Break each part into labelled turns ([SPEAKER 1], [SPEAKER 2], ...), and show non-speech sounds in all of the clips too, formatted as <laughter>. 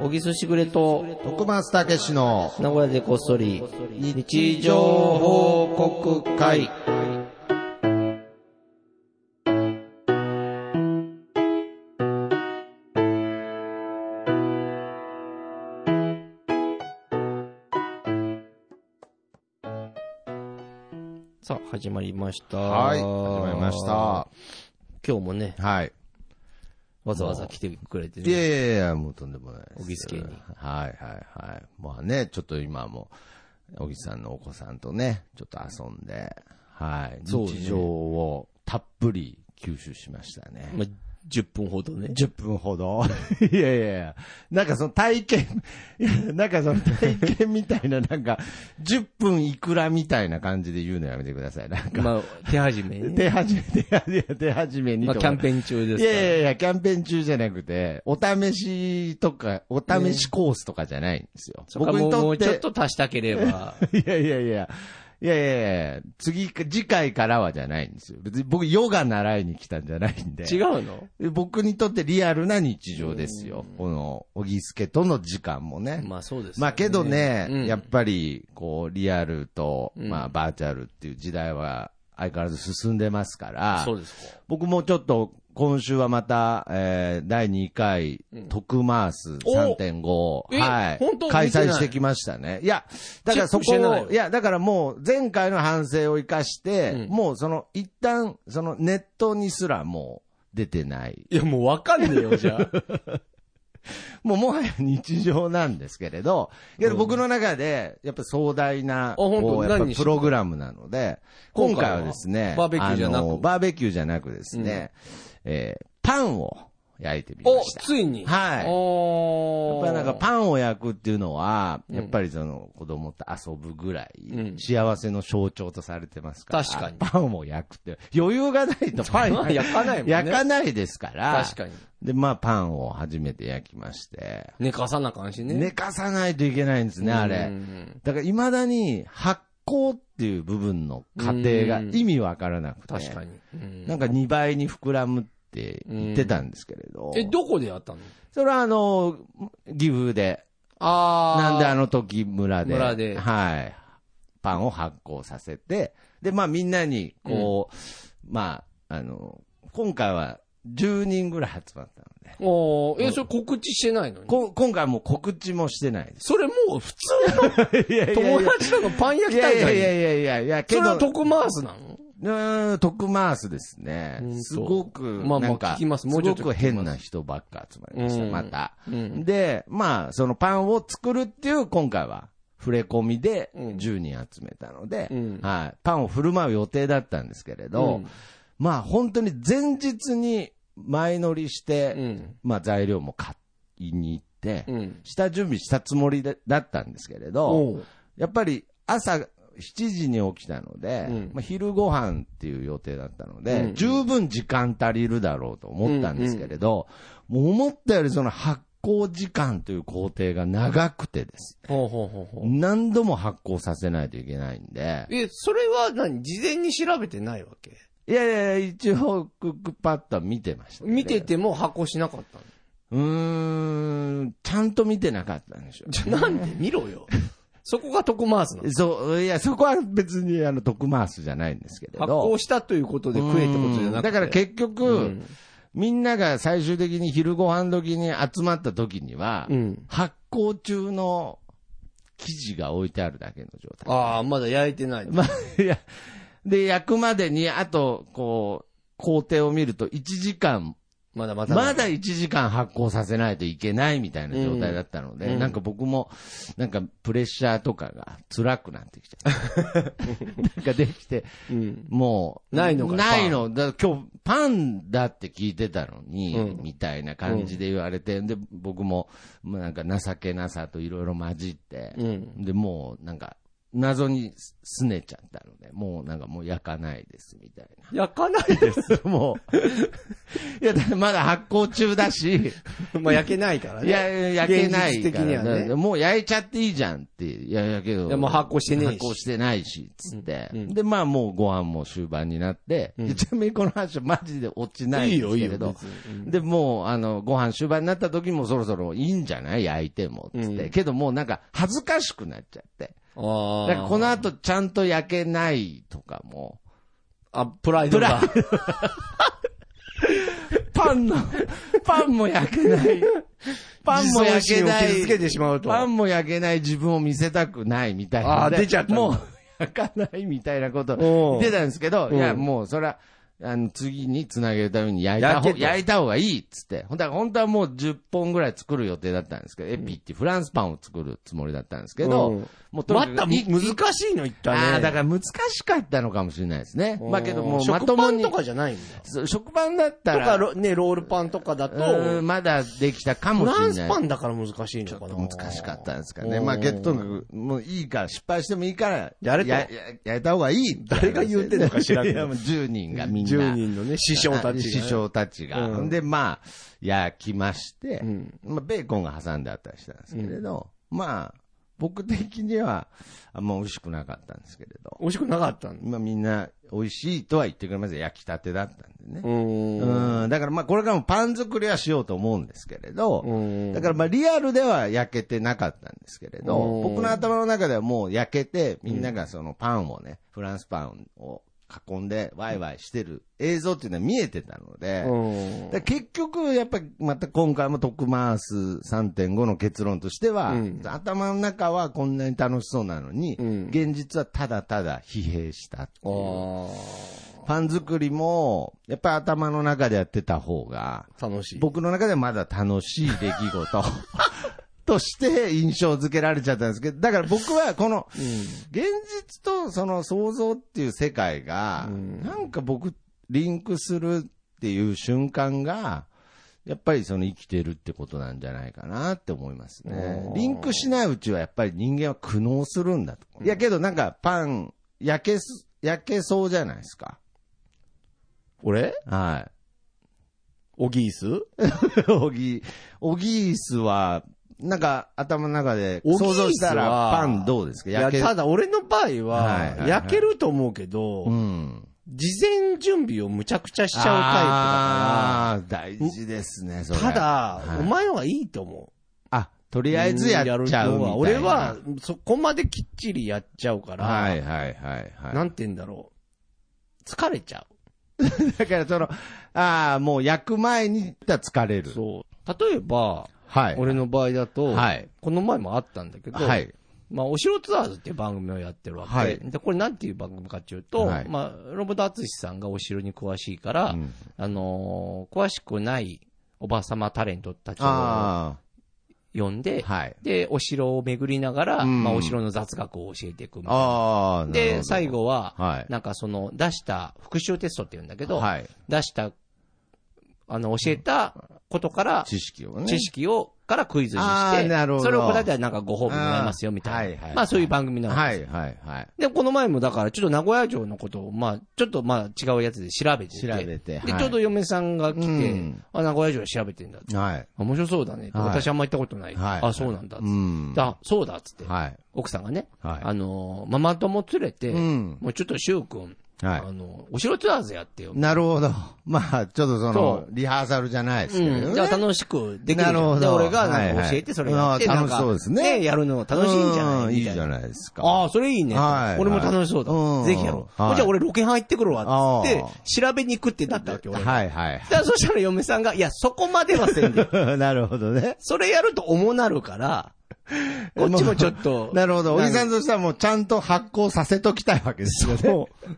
[SPEAKER 1] 小木すしぐれと、
[SPEAKER 2] 徳松たけしの
[SPEAKER 1] 名古屋でこっそり、
[SPEAKER 2] 日常報告会。
[SPEAKER 1] さあ、始まりました。
[SPEAKER 2] はい、始まりまし。た。
[SPEAKER 1] 今日もね、
[SPEAKER 2] はい。
[SPEAKER 1] わざわざ来てくれて
[SPEAKER 2] いや
[SPEAKER 1] ね。
[SPEAKER 2] いやいや、もうとんでもないです。
[SPEAKER 1] 小木助に
[SPEAKER 2] はいはいはい。まあね、ちょっと今も、小木さんのお子さんとね、ちょっと遊んで、はい。
[SPEAKER 1] そうね
[SPEAKER 2] 日常をたっぷり吸収しましたね。
[SPEAKER 1] まあ、10分ほど
[SPEAKER 2] <laughs>
[SPEAKER 1] ね。
[SPEAKER 2] 10分ほどいやいやいや。なんかその体験、 <laughs> いやなんかその体験みたいな、なんか、10分いくらみたいな感じで言うのやめてください。なんか、
[SPEAKER 1] まあ、手始め
[SPEAKER 2] <laughs>
[SPEAKER 1] にね。
[SPEAKER 2] 手始め、手始め、手始めに
[SPEAKER 1] ま
[SPEAKER 2] と
[SPEAKER 1] あ、
[SPEAKER 2] か。
[SPEAKER 1] キャンペーン中です
[SPEAKER 2] い
[SPEAKER 1] か
[SPEAKER 2] や
[SPEAKER 1] ら。
[SPEAKER 2] いやいや、キャンペーン中じゃなくて、お試しとか、お試しコースとかじゃないんですよ。
[SPEAKER 1] そっか
[SPEAKER 2] 僕
[SPEAKER 1] も
[SPEAKER 2] に
[SPEAKER 1] うも
[SPEAKER 2] とっ、
[SPEAKER 1] うちょってと足したけれ
[SPEAKER 2] <laughs>
[SPEAKER 1] ば。
[SPEAKER 2] いやいやいや、いやいやいや、次か、次回からはじゃないんですよ。別に僕、ヨガ習いに来たんじゃないんで。
[SPEAKER 1] 違う
[SPEAKER 2] <laughs>
[SPEAKER 1] の
[SPEAKER 2] 僕にとってリアルな日常ですよ。この、小木助との時間もね。
[SPEAKER 1] まあそうですよね。
[SPEAKER 2] まあけどね、
[SPEAKER 1] うん
[SPEAKER 2] やっぱり、こう、リアルと、
[SPEAKER 1] うん
[SPEAKER 2] まあバーチャルっていう時代は相変わらず進んでますから、
[SPEAKER 1] そうですか。
[SPEAKER 2] 僕もちょっと、今週はまた、えー、第2回、特マース3.5、
[SPEAKER 1] え
[SPEAKER 2] はい
[SPEAKER 1] 本当、
[SPEAKER 2] 開
[SPEAKER 1] 見て
[SPEAKER 2] 催
[SPEAKER 1] ない
[SPEAKER 2] してきましたね。いや、だからそ
[SPEAKER 1] チェックしてない
[SPEAKER 2] こを、いや、だからもう、前回の反省を生かして、
[SPEAKER 1] うん
[SPEAKER 2] もうその、一旦、その、ネットにすらもう、出てない。
[SPEAKER 1] いや、もうわかんねえよ、じゃあ。
[SPEAKER 2] もうもはや日常なんですけれど、けど僕の中で、やっぱ壮大な、
[SPEAKER 1] 本当
[SPEAKER 2] こうやっぱ
[SPEAKER 1] 何にして
[SPEAKER 2] プログラムなので、今回はですね、
[SPEAKER 1] 今回はバーベキューじゃなく
[SPEAKER 2] あのバーベキューじゃなくですね、えーパンを焼いてみ
[SPEAKER 1] <laughs> お
[SPEAKER 2] ま、した。
[SPEAKER 1] ついに。
[SPEAKER 2] はいや
[SPEAKER 1] おー
[SPEAKER 2] っぱりなんかパンを焼くっていうのは、やっぱりその子供と遊ぶぐら
[SPEAKER 1] う
[SPEAKER 2] い
[SPEAKER 1] ん
[SPEAKER 2] 幸せの象徴とされてますから。
[SPEAKER 1] 確かに
[SPEAKER 2] パンを焼くって、余裕がないとパン
[SPEAKER 1] <laughs> まあ焼かないもんね
[SPEAKER 2] 焼かないですから。
[SPEAKER 1] 確かに。
[SPEAKER 2] で、まあパンを初めて焼きまして。
[SPEAKER 1] 寝かさなあかんしね。
[SPEAKER 2] 寝かさないといけないんですね、あれ
[SPEAKER 1] う。ん
[SPEAKER 2] だから、未だに発酵っていう部分の過程が
[SPEAKER 1] うん
[SPEAKER 2] 意味わからなくて。
[SPEAKER 1] 確かに。うん
[SPEAKER 2] なんか2倍に膨らむって言ってたんですけれど。
[SPEAKER 1] え、どこでやったの
[SPEAKER 2] それはあの、岐阜で、
[SPEAKER 1] あ
[SPEAKER 2] なんであの時村で、
[SPEAKER 1] 村で
[SPEAKER 2] はい。パンを発酵させて、で、まあみんなに、こう、まあ、あの、今回は10人ぐらい集まったので、
[SPEAKER 1] おーえ、それ告知してないのに。
[SPEAKER 2] こ今回はもう告知もしてないです
[SPEAKER 1] それもう普通の
[SPEAKER 2] <laughs> いやいやいや
[SPEAKER 1] 友達なんかパン焼き
[SPEAKER 2] いや
[SPEAKER 1] 大
[SPEAKER 2] いや
[SPEAKER 1] 会
[SPEAKER 2] い
[SPEAKER 1] に。
[SPEAKER 2] やいやいやいや、
[SPEAKER 1] そ
[SPEAKER 2] け
[SPEAKER 1] れは
[SPEAKER 2] ど、
[SPEAKER 1] 特マースなの
[SPEAKER 2] うーん、特マースですね
[SPEAKER 1] うん。と
[SPEAKER 2] すごく、
[SPEAKER 1] まあまあ
[SPEAKER 2] なんか
[SPEAKER 1] 聞きますも
[SPEAKER 2] す
[SPEAKER 1] うちょ
[SPEAKER 2] ご
[SPEAKER 1] っと
[SPEAKER 2] く変な人ばっか集まりました、
[SPEAKER 1] うん
[SPEAKER 2] また。
[SPEAKER 1] うん。
[SPEAKER 2] で、まあ、そのパンを作るっていう、今回は、触れ込みで
[SPEAKER 1] うん
[SPEAKER 2] 10人集めたので、
[SPEAKER 1] うん
[SPEAKER 2] はい、パンを振る舞う予定だったんですけれど、
[SPEAKER 1] うん
[SPEAKER 2] まあ、本当に前日に前乗りして、
[SPEAKER 1] うん。
[SPEAKER 2] まあ、材料も買いに行って、
[SPEAKER 1] うん。
[SPEAKER 2] 下準備したつもりだだったんですけれど、
[SPEAKER 1] おう
[SPEAKER 2] やっぱり朝7時に起きたので、
[SPEAKER 1] うん
[SPEAKER 2] まあ、昼ご飯っていう予定だったので、
[SPEAKER 1] うん
[SPEAKER 2] 十分時間足りるだろうと思ったんですけれど、もう思ったよりその発酵時間という工程が長くてです。
[SPEAKER 1] ほうほうほうほう。
[SPEAKER 2] 何度も発酵させないといけないんで、
[SPEAKER 1] え、それは何事前に調べてないわけ
[SPEAKER 2] いやいやいや、一応クックパッドは見てました、
[SPEAKER 1] 見て。ても発行しなかったの
[SPEAKER 2] うーん、ちゃんと見てなかったんでしょうね。
[SPEAKER 1] じゃ、なんで見ろよ。そこが特マースなの。
[SPEAKER 2] そう、いや、そこは別にあの、特マースじゃないんですけれど。
[SPEAKER 1] 発行したということで食えってことじゃなくて。
[SPEAKER 2] だから結局、
[SPEAKER 1] うん
[SPEAKER 2] みんなが最終的に昼ご飯時に集まった時には、
[SPEAKER 1] うん。
[SPEAKER 2] 発酵中の生地が置いてあるだけの状態。
[SPEAKER 1] ああ、まだ焼いてない。
[SPEAKER 2] まあ、いや、で、焼くまでに、あと、こう、工程を見ると1時間、
[SPEAKER 1] まだまだ。
[SPEAKER 2] まだ1時間発酵させないといけないみたいな状態だったので、
[SPEAKER 1] うん
[SPEAKER 2] なんか僕も、なんかプレッシャーとかが辛くなっ
[SPEAKER 1] <laughs>
[SPEAKER 2] てきちゃって。なんかできて、
[SPEAKER 1] うん。
[SPEAKER 2] もう、
[SPEAKER 1] ないのか
[SPEAKER 2] ないの。だ今日、パンだって聞いてたのに、
[SPEAKER 1] うん
[SPEAKER 2] みたいな感じで言われて、で、僕も、もうなんか情けなさといろいろ混じって、
[SPEAKER 1] うん。
[SPEAKER 2] で、もう、なんか、謎にすねちゃったので、もうなんかもう焼かないですみたいな。
[SPEAKER 1] 焼かないで
[SPEAKER 2] も <laughs> う。いや、だってまだ発酵中だし、
[SPEAKER 1] す。 <laughs> まあ焼けないからね。
[SPEAKER 2] いや、焼けない
[SPEAKER 1] 現実
[SPEAKER 2] か
[SPEAKER 1] 的
[SPEAKER 2] ら
[SPEAKER 1] にはね。
[SPEAKER 2] もう焼いちゃっていいじゃんって。いや、いやけど。
[SPEAKER 1] いやもう発酵してねえし
[SPEAKER 2] 発酵してないし、つって。
[SPEAKER 1] うんうん
[SPEAKER 2] で、まあもうご飯も終盤になって、
[SPEAKER 1] うん
[SPEAKER 2] いやちなみにこの話はマジで落ちないんですけれど。
[SPEAKER 1] 別に
[SPEAKER 2] で、もう、あの、ご飯終盤になった時もそろそろいいんじゃない焼いても。つって。
[SPEAKER 1] うん
[SPEAKER 2] けどもうなんか恥ずかしくなっちゃって。
[SPEAKER 1] ああ。
[SPEAKER 2] だからこの後ちゃんと焼けないとかも。
[SPEAKER 1] あ、プライドが。
[SPEAKER 2] パンの、 <laughs> パンも焼
[SPEAKER 1] <laughs>
[SPEAKER 2] けない。パンも焼け
[SPEAKER 1] 自尊心を
[SPEAKER 2] な
[SPEAKER 1] 傷つけ
[SPEAKER 2] い。
[SPEAKER 1] てしまうと。
[SPEAKER 2] パンも焼けない自分を見せたくないみたいな。
[SPEAKER 1] あー出ちゃったんだ
[SPEAKER 2] もう焼かないみたいなこと
[SPEAKER 1] う
[SPEAKER 2] 言
[SPEAKER 1] ん
[SPEAKER 2] ってたんですけど、
[SPEAKER 1] うん
[SPEAKER 2] いや、もうそれは、あの、次につなげるために焼いた
[SPEAKER 1] 焼
[SPEAKER 2] 方
[SPEAKER 1] けと
[SPEAKER 2] 焼いた方がいいっつって。ほんとは本当はもう10本ぐらい作る予定だったんですけど、エピってフランスパンを作るつもりだったんですけど、
[SPEAKER 1] うん
[SPEAKER 2] もうとに
[SPEAKER 1] ま
[SPEAKER 2] かく
[SPEAKER 1] た
[SPEAKER 2] い
[SPEAKER 1] 難しいの言ったね。
[SPEAKER 2] ああ、だから難しかったのかもしれないですね。まあけどもうま
[SPEAKER 1] 食
[SPEAKER 2] とも
[SPEAKER 1] パン
[SPEAKER 2] に。
[SPEAKER 1] とかじゃないんだ。
[SPEAKER 2] そう食パンだった
[SPEAKER 1] と
[SPEAKER 2] ら
[SPEAKER 1] か、、ロね、ロールパンとかだと、
[SPEAKER 2] うーん
[SPEAKER 1] フ
[SPEAKER 2] まだできたかもし
[SPEAKER 1] ラ
[SPEAKER 2] れ
[SPEAKER 1] ンス
[SPEAKER 2] な
[SPEAKER 1] パ
[SPEAKER 2] い。
[SPEAKER 1] ンだから難しいのかな。
[SPEAKER 2] 難しかったんですかね。
[SPEAKER 1] うん
[SPEAKER 2] まあ、けど、とにかく、もういいから、失敗してもいいから、
[SPEAKER 1] やれと
[SPEAKER 2] や、やれた方がいい。
[SPEAKER 1] 誰が言ってんのか知らんけど
[SPEAKER 2] いや、もう10人がみんな。
[SPEAKER 1] 10人のね、師匠たちがね。
[SPEAKER 2] 師匠たちが。
[SPEAKER 1] うん
[SPEAKER 2] で、まあ、焼きまして、
[SPEAKER 1] うん
[SPEAKER 2] まあ、ベーコンが挟んであったりしたんですけれど、まあ、僕的には、あんま美味しくなかったんですけれど、
[SPEAKER 1] 美味しくなかったんだ。
[SPEAKER 2] まあ、みんな美味しいとは言ってくれません。焼きたてだったんでね。
[SPEAKER 1] うーん。
[SPEAKER 2] うん、だからまあこれからもパン作りはしようと思うんですけれど、
[SPEAKER 1] うん
[SPEAKER 2] だからまあリアルでは焼けてなかったんですけれど、
[SPEAKER 1] うん
[SPEAKER 2] 僕の頭の中ではもう焼けて、みんながそのパンをね、フランスパンを囲んでワイワイしてる映像っていうのは見えてたので、
[SPEAKER 1] うん
[SPEAKER 2] だから結局、やっぱりまた今回も特マース3.5の結論としては、
[SPEAKER 1] うん
[SPEAKER 2] 頭の中はこんなに楽しそうなのに、
[SPEAKER 1] うん
[SPEAKER 2] 現実はただただ疲弊したって
[SPEAKER 1] あ
[SPEAKER 2] いう。
[SPEAKER 1] ー
[SPEAKER 2] パン作りも、やっぱり頭の中でやってた方が、
[SPEAKER 1] 楽しい。
[SPEAKER 2] 僕の中ではまだ楽しい出来事 <laughs> として印象付けられちゃったんですけど、だから僕はこの、現実とその想像っていう世界が、
[SPEAKER 1] うん
[SPEAKER 2] なんか僕、リンクするっていう瞬間が、やっぱりその生きてるってことなんじゃないかなって思いますね
[SPEAKER 1] う。ん
[SPEAKER 2] リンクしないうちはやっぱり人間は苦悩するんだと。いやけどなんかパン、焼けす、焼けそうじゃないですか。
[SPEAKER 1] 俺
[SPEAKER 2] はい。
[SPEAKER 1] オギース
[SPEAKER 2] <laughs> オギー、オギースは、なんか頭の中で
[SPEAKER 1] オギースは
[SPEAKER 2] 想像したらパンどうですか
[SPEAKER 1] いや、
[SPEAKER 2] 焼け
[SPEAKER 1] ただ俺の場合
[SPEAKER 2] はいはいは
[SPEAKER 1] は、
[SPEAKER 2] い
[SPEAKER 1] 焼けると思うけど、
[SPEAKER 2] うん。
[SPEAKER 1] 事前準備をむちゃくちゃしちゃう
[SPEAKER 2] うタイプだから。大事ですね、そ
[SPEAKER 1] タイ
[SPEAKER 2] れ。
[SPEAKER 1] プだから、ただ、
[SPEAKER 2] はい
[SPEAKER 1] お前はいいと思う。
[SPEAKER 2] あ、とりあえずやっちゃうみたい
[SPEAKER 1] うんやる人
[SPEAKER 2] な。
[SPEAKER 1] は俺は、そこまできっちりやっちゃうから、
[SPEAKER 2] はいはいはいはい。
[SPEAKER 1] なんて言うんだろう。疲れちゃ
[SPEAKER 2] だからその、ああ、もう焼く前に言ったら疲れ
[SPEAKER 1] う。
[SPEAKER 2] る。
[SPEAKER 1] そう。例えば、
[SPEAKER 2] はい。
[SPEAKER 1] 俺の場合だと、
[SPEAKER 2] はい。
[SPEAKER 1] この前もあったんだけど、
[SPEAKER 2] はい。
[SPEAKER 1] まあ、お城ツアーズっていう番組をやってるわけ、
[SPEAKER 2] はい
[SPEAKER 1] で、これなんていう番組かっていうと、
[SPEAKER 2] はい
[SPEAKER 1] まあ、ロボット淳さんがお城に詳しいから、
[SPEAKER 2] うん
[SPEAKER 1] あのー詳しくないおばさまタレントたちを
[SPEAKER 2] あ
[SPEAKER 1] 呼んで
[SPEAKER 2] あ、、はい。
[SPEAKER 1] で、お城を巡りながら、
[SPEAKER 2] うん
[SPEAKER 1] まあ、お城の雑学を教えていくみたいな
[SPEAKER 2] ああ、なるほ
[SPEAKER 1] で、
[SPEAKER 2] ど
[SPEAKER 1] 最。後は、
[SPEAKER 2] はい。
[SPEAKER 1] なんかその、出した復習テストって言うんだけど、
[SPEAKER 2] はい。
[SPEAKER 1] 出した、あの、教えたことから、
[SPEAKER 2] 知識をね。
[SPEAKER 1] 知識を、からクイズに
[SPEAKER 2] あ
[SPEAKER 1] して
[SPEAKER 2] ーなる、ほど
[SPEAKER 1] それを答えたらなんかご褒美もらえますよ、みた
[SPEAKER 2] あーはいいはいは
[SPEAKER 1] な。
[SPEAKER 2] い
[SPEAKER 1] まあそういう番組なの。
[SPEAKER 2] はいはいはい。
[SPEAKER 1] で、この前もだから、ちょっと名古屋城のことを、まあ、ちょっとまあ違うやつで調べてて。
[SPEAKER 2] 調べて。
[SPEAKER 1] で、
[SPEAKER 2] はい
[SPEAKER 1] ちょうど嫁さんが来て、
[SPEAKER 2] うん
[SPEAKER 1] あ、名古屋城調べてんだって。
[SPEAKER 2] はい。
[SPEAKER 1] あ面白そうだねって。
[SPEAKER 2] はい
[SPEAKER 1] 私あんま行ったことない。
[SPEAKER 2] はい
[SPEAKER 1] あ、そうなんだっつっ
[SPEAKER 2] う
[SPEAKER 1] て。
[SPEAKER 2] ん。
[SPEAKER 1] あ、そうだっつって。
[SPEAKER 2] はい。
[SPEAKER 1] 奥さんがね、
[SPEAKER 2] は
[SPEAKER 1] あのーママ友連れて、
[SPEAKER 2] い。うん。
[SPEAKER 1] もうちょっと柊君、
[SPEAKER 2] はい
[SPEAKER 1] あ。のーお城ツアーズやってよ。
[SPEAKER 2] なるほど。 <laughs> まあ、ちょっと
[SPEAKER 1] そ
[SPEAKER 2] その、リハーサルじゃないですけど
[SPEAKER 1] うん、
[SPEAKER 2] ね。
[SPEAKER 1] じゃあ楽しくできるじゃん
[SPEAKER 2] なるほど
[SPEAKER 1] で、俺がなん
[SPEAKER 2] はいは
[SPEAKER 1] か
[SPEAKER 2] い
[SPEAKER 1] 教えて、それやって、
[SPEAKER 2] あー
[SPEAKER 1] なんか
[SPEAKER 2] 楽しそうですね
[SPEAKER 1] やるの楽しいんじゃな
[SPEAKER 2] う
[SPEAKER 1] い
[SPEAKER 2] い
[SPEAKER 1] み
[SPEAKER 2] いじ
[SPEAKER 1] たいな。
[SPEAKER 2] ゃないですか。
[SPEAKER 1] ああ、それいいね。
[SPEAKER 2] はい
[SPEAKER 1] 俺も楽しそうだ。
[SPEAKER 2] はいうん
[SPEAKER 1] ぜひやろう。
[SPEAKER 2] はい
[SPEAKER 1] じゃあ俺ロケハン行ってくるわ。つって
[SPEAKER 2] あ、
[SPEAKER 1] 調べに行くってなったわけ、俺。
[SPEAKER 2] はいはい。 <laughs>
[SPEAKER 1] だからそしたら嫁さんが、いや、そこまではせんで。
[SPEAKER 2] なるほどね。
[SPEAKER 1] それやると重なる
[SPEAKER 2] <laughs>
[SPEAKER 1] から、こっちもちょっと。
[SPEAKER 2] なるほど。おじさん
[SPEAKER 1] の
[SPEAKER 2] としてはもうちゃんと発行させときたいわけですよね。 <laughs>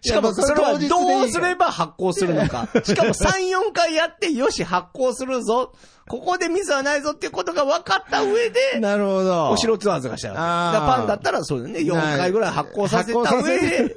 [SPEAKER 1] しかもそれはどうすれ
[SPEAKER 2] ば
[SPEAKER 1] ば発行するの
[SPEAKER 2] <laughs>
[SPEAKER 1] か。しかも3、4回やって、よし、発行するぞ。ここでミスはないぞっていうことが分かった上で、
[SPEAKER 2] なるほど。
[SPEAKER 1] お城ツアーズがしたから。
[SPEAKER 2] あー
[SPEAKER 1] だからパンだったらそうだね、4回ぐらい発行させた
[SPEAKER 2] 発行さ
[SPEAKER 1] 上で、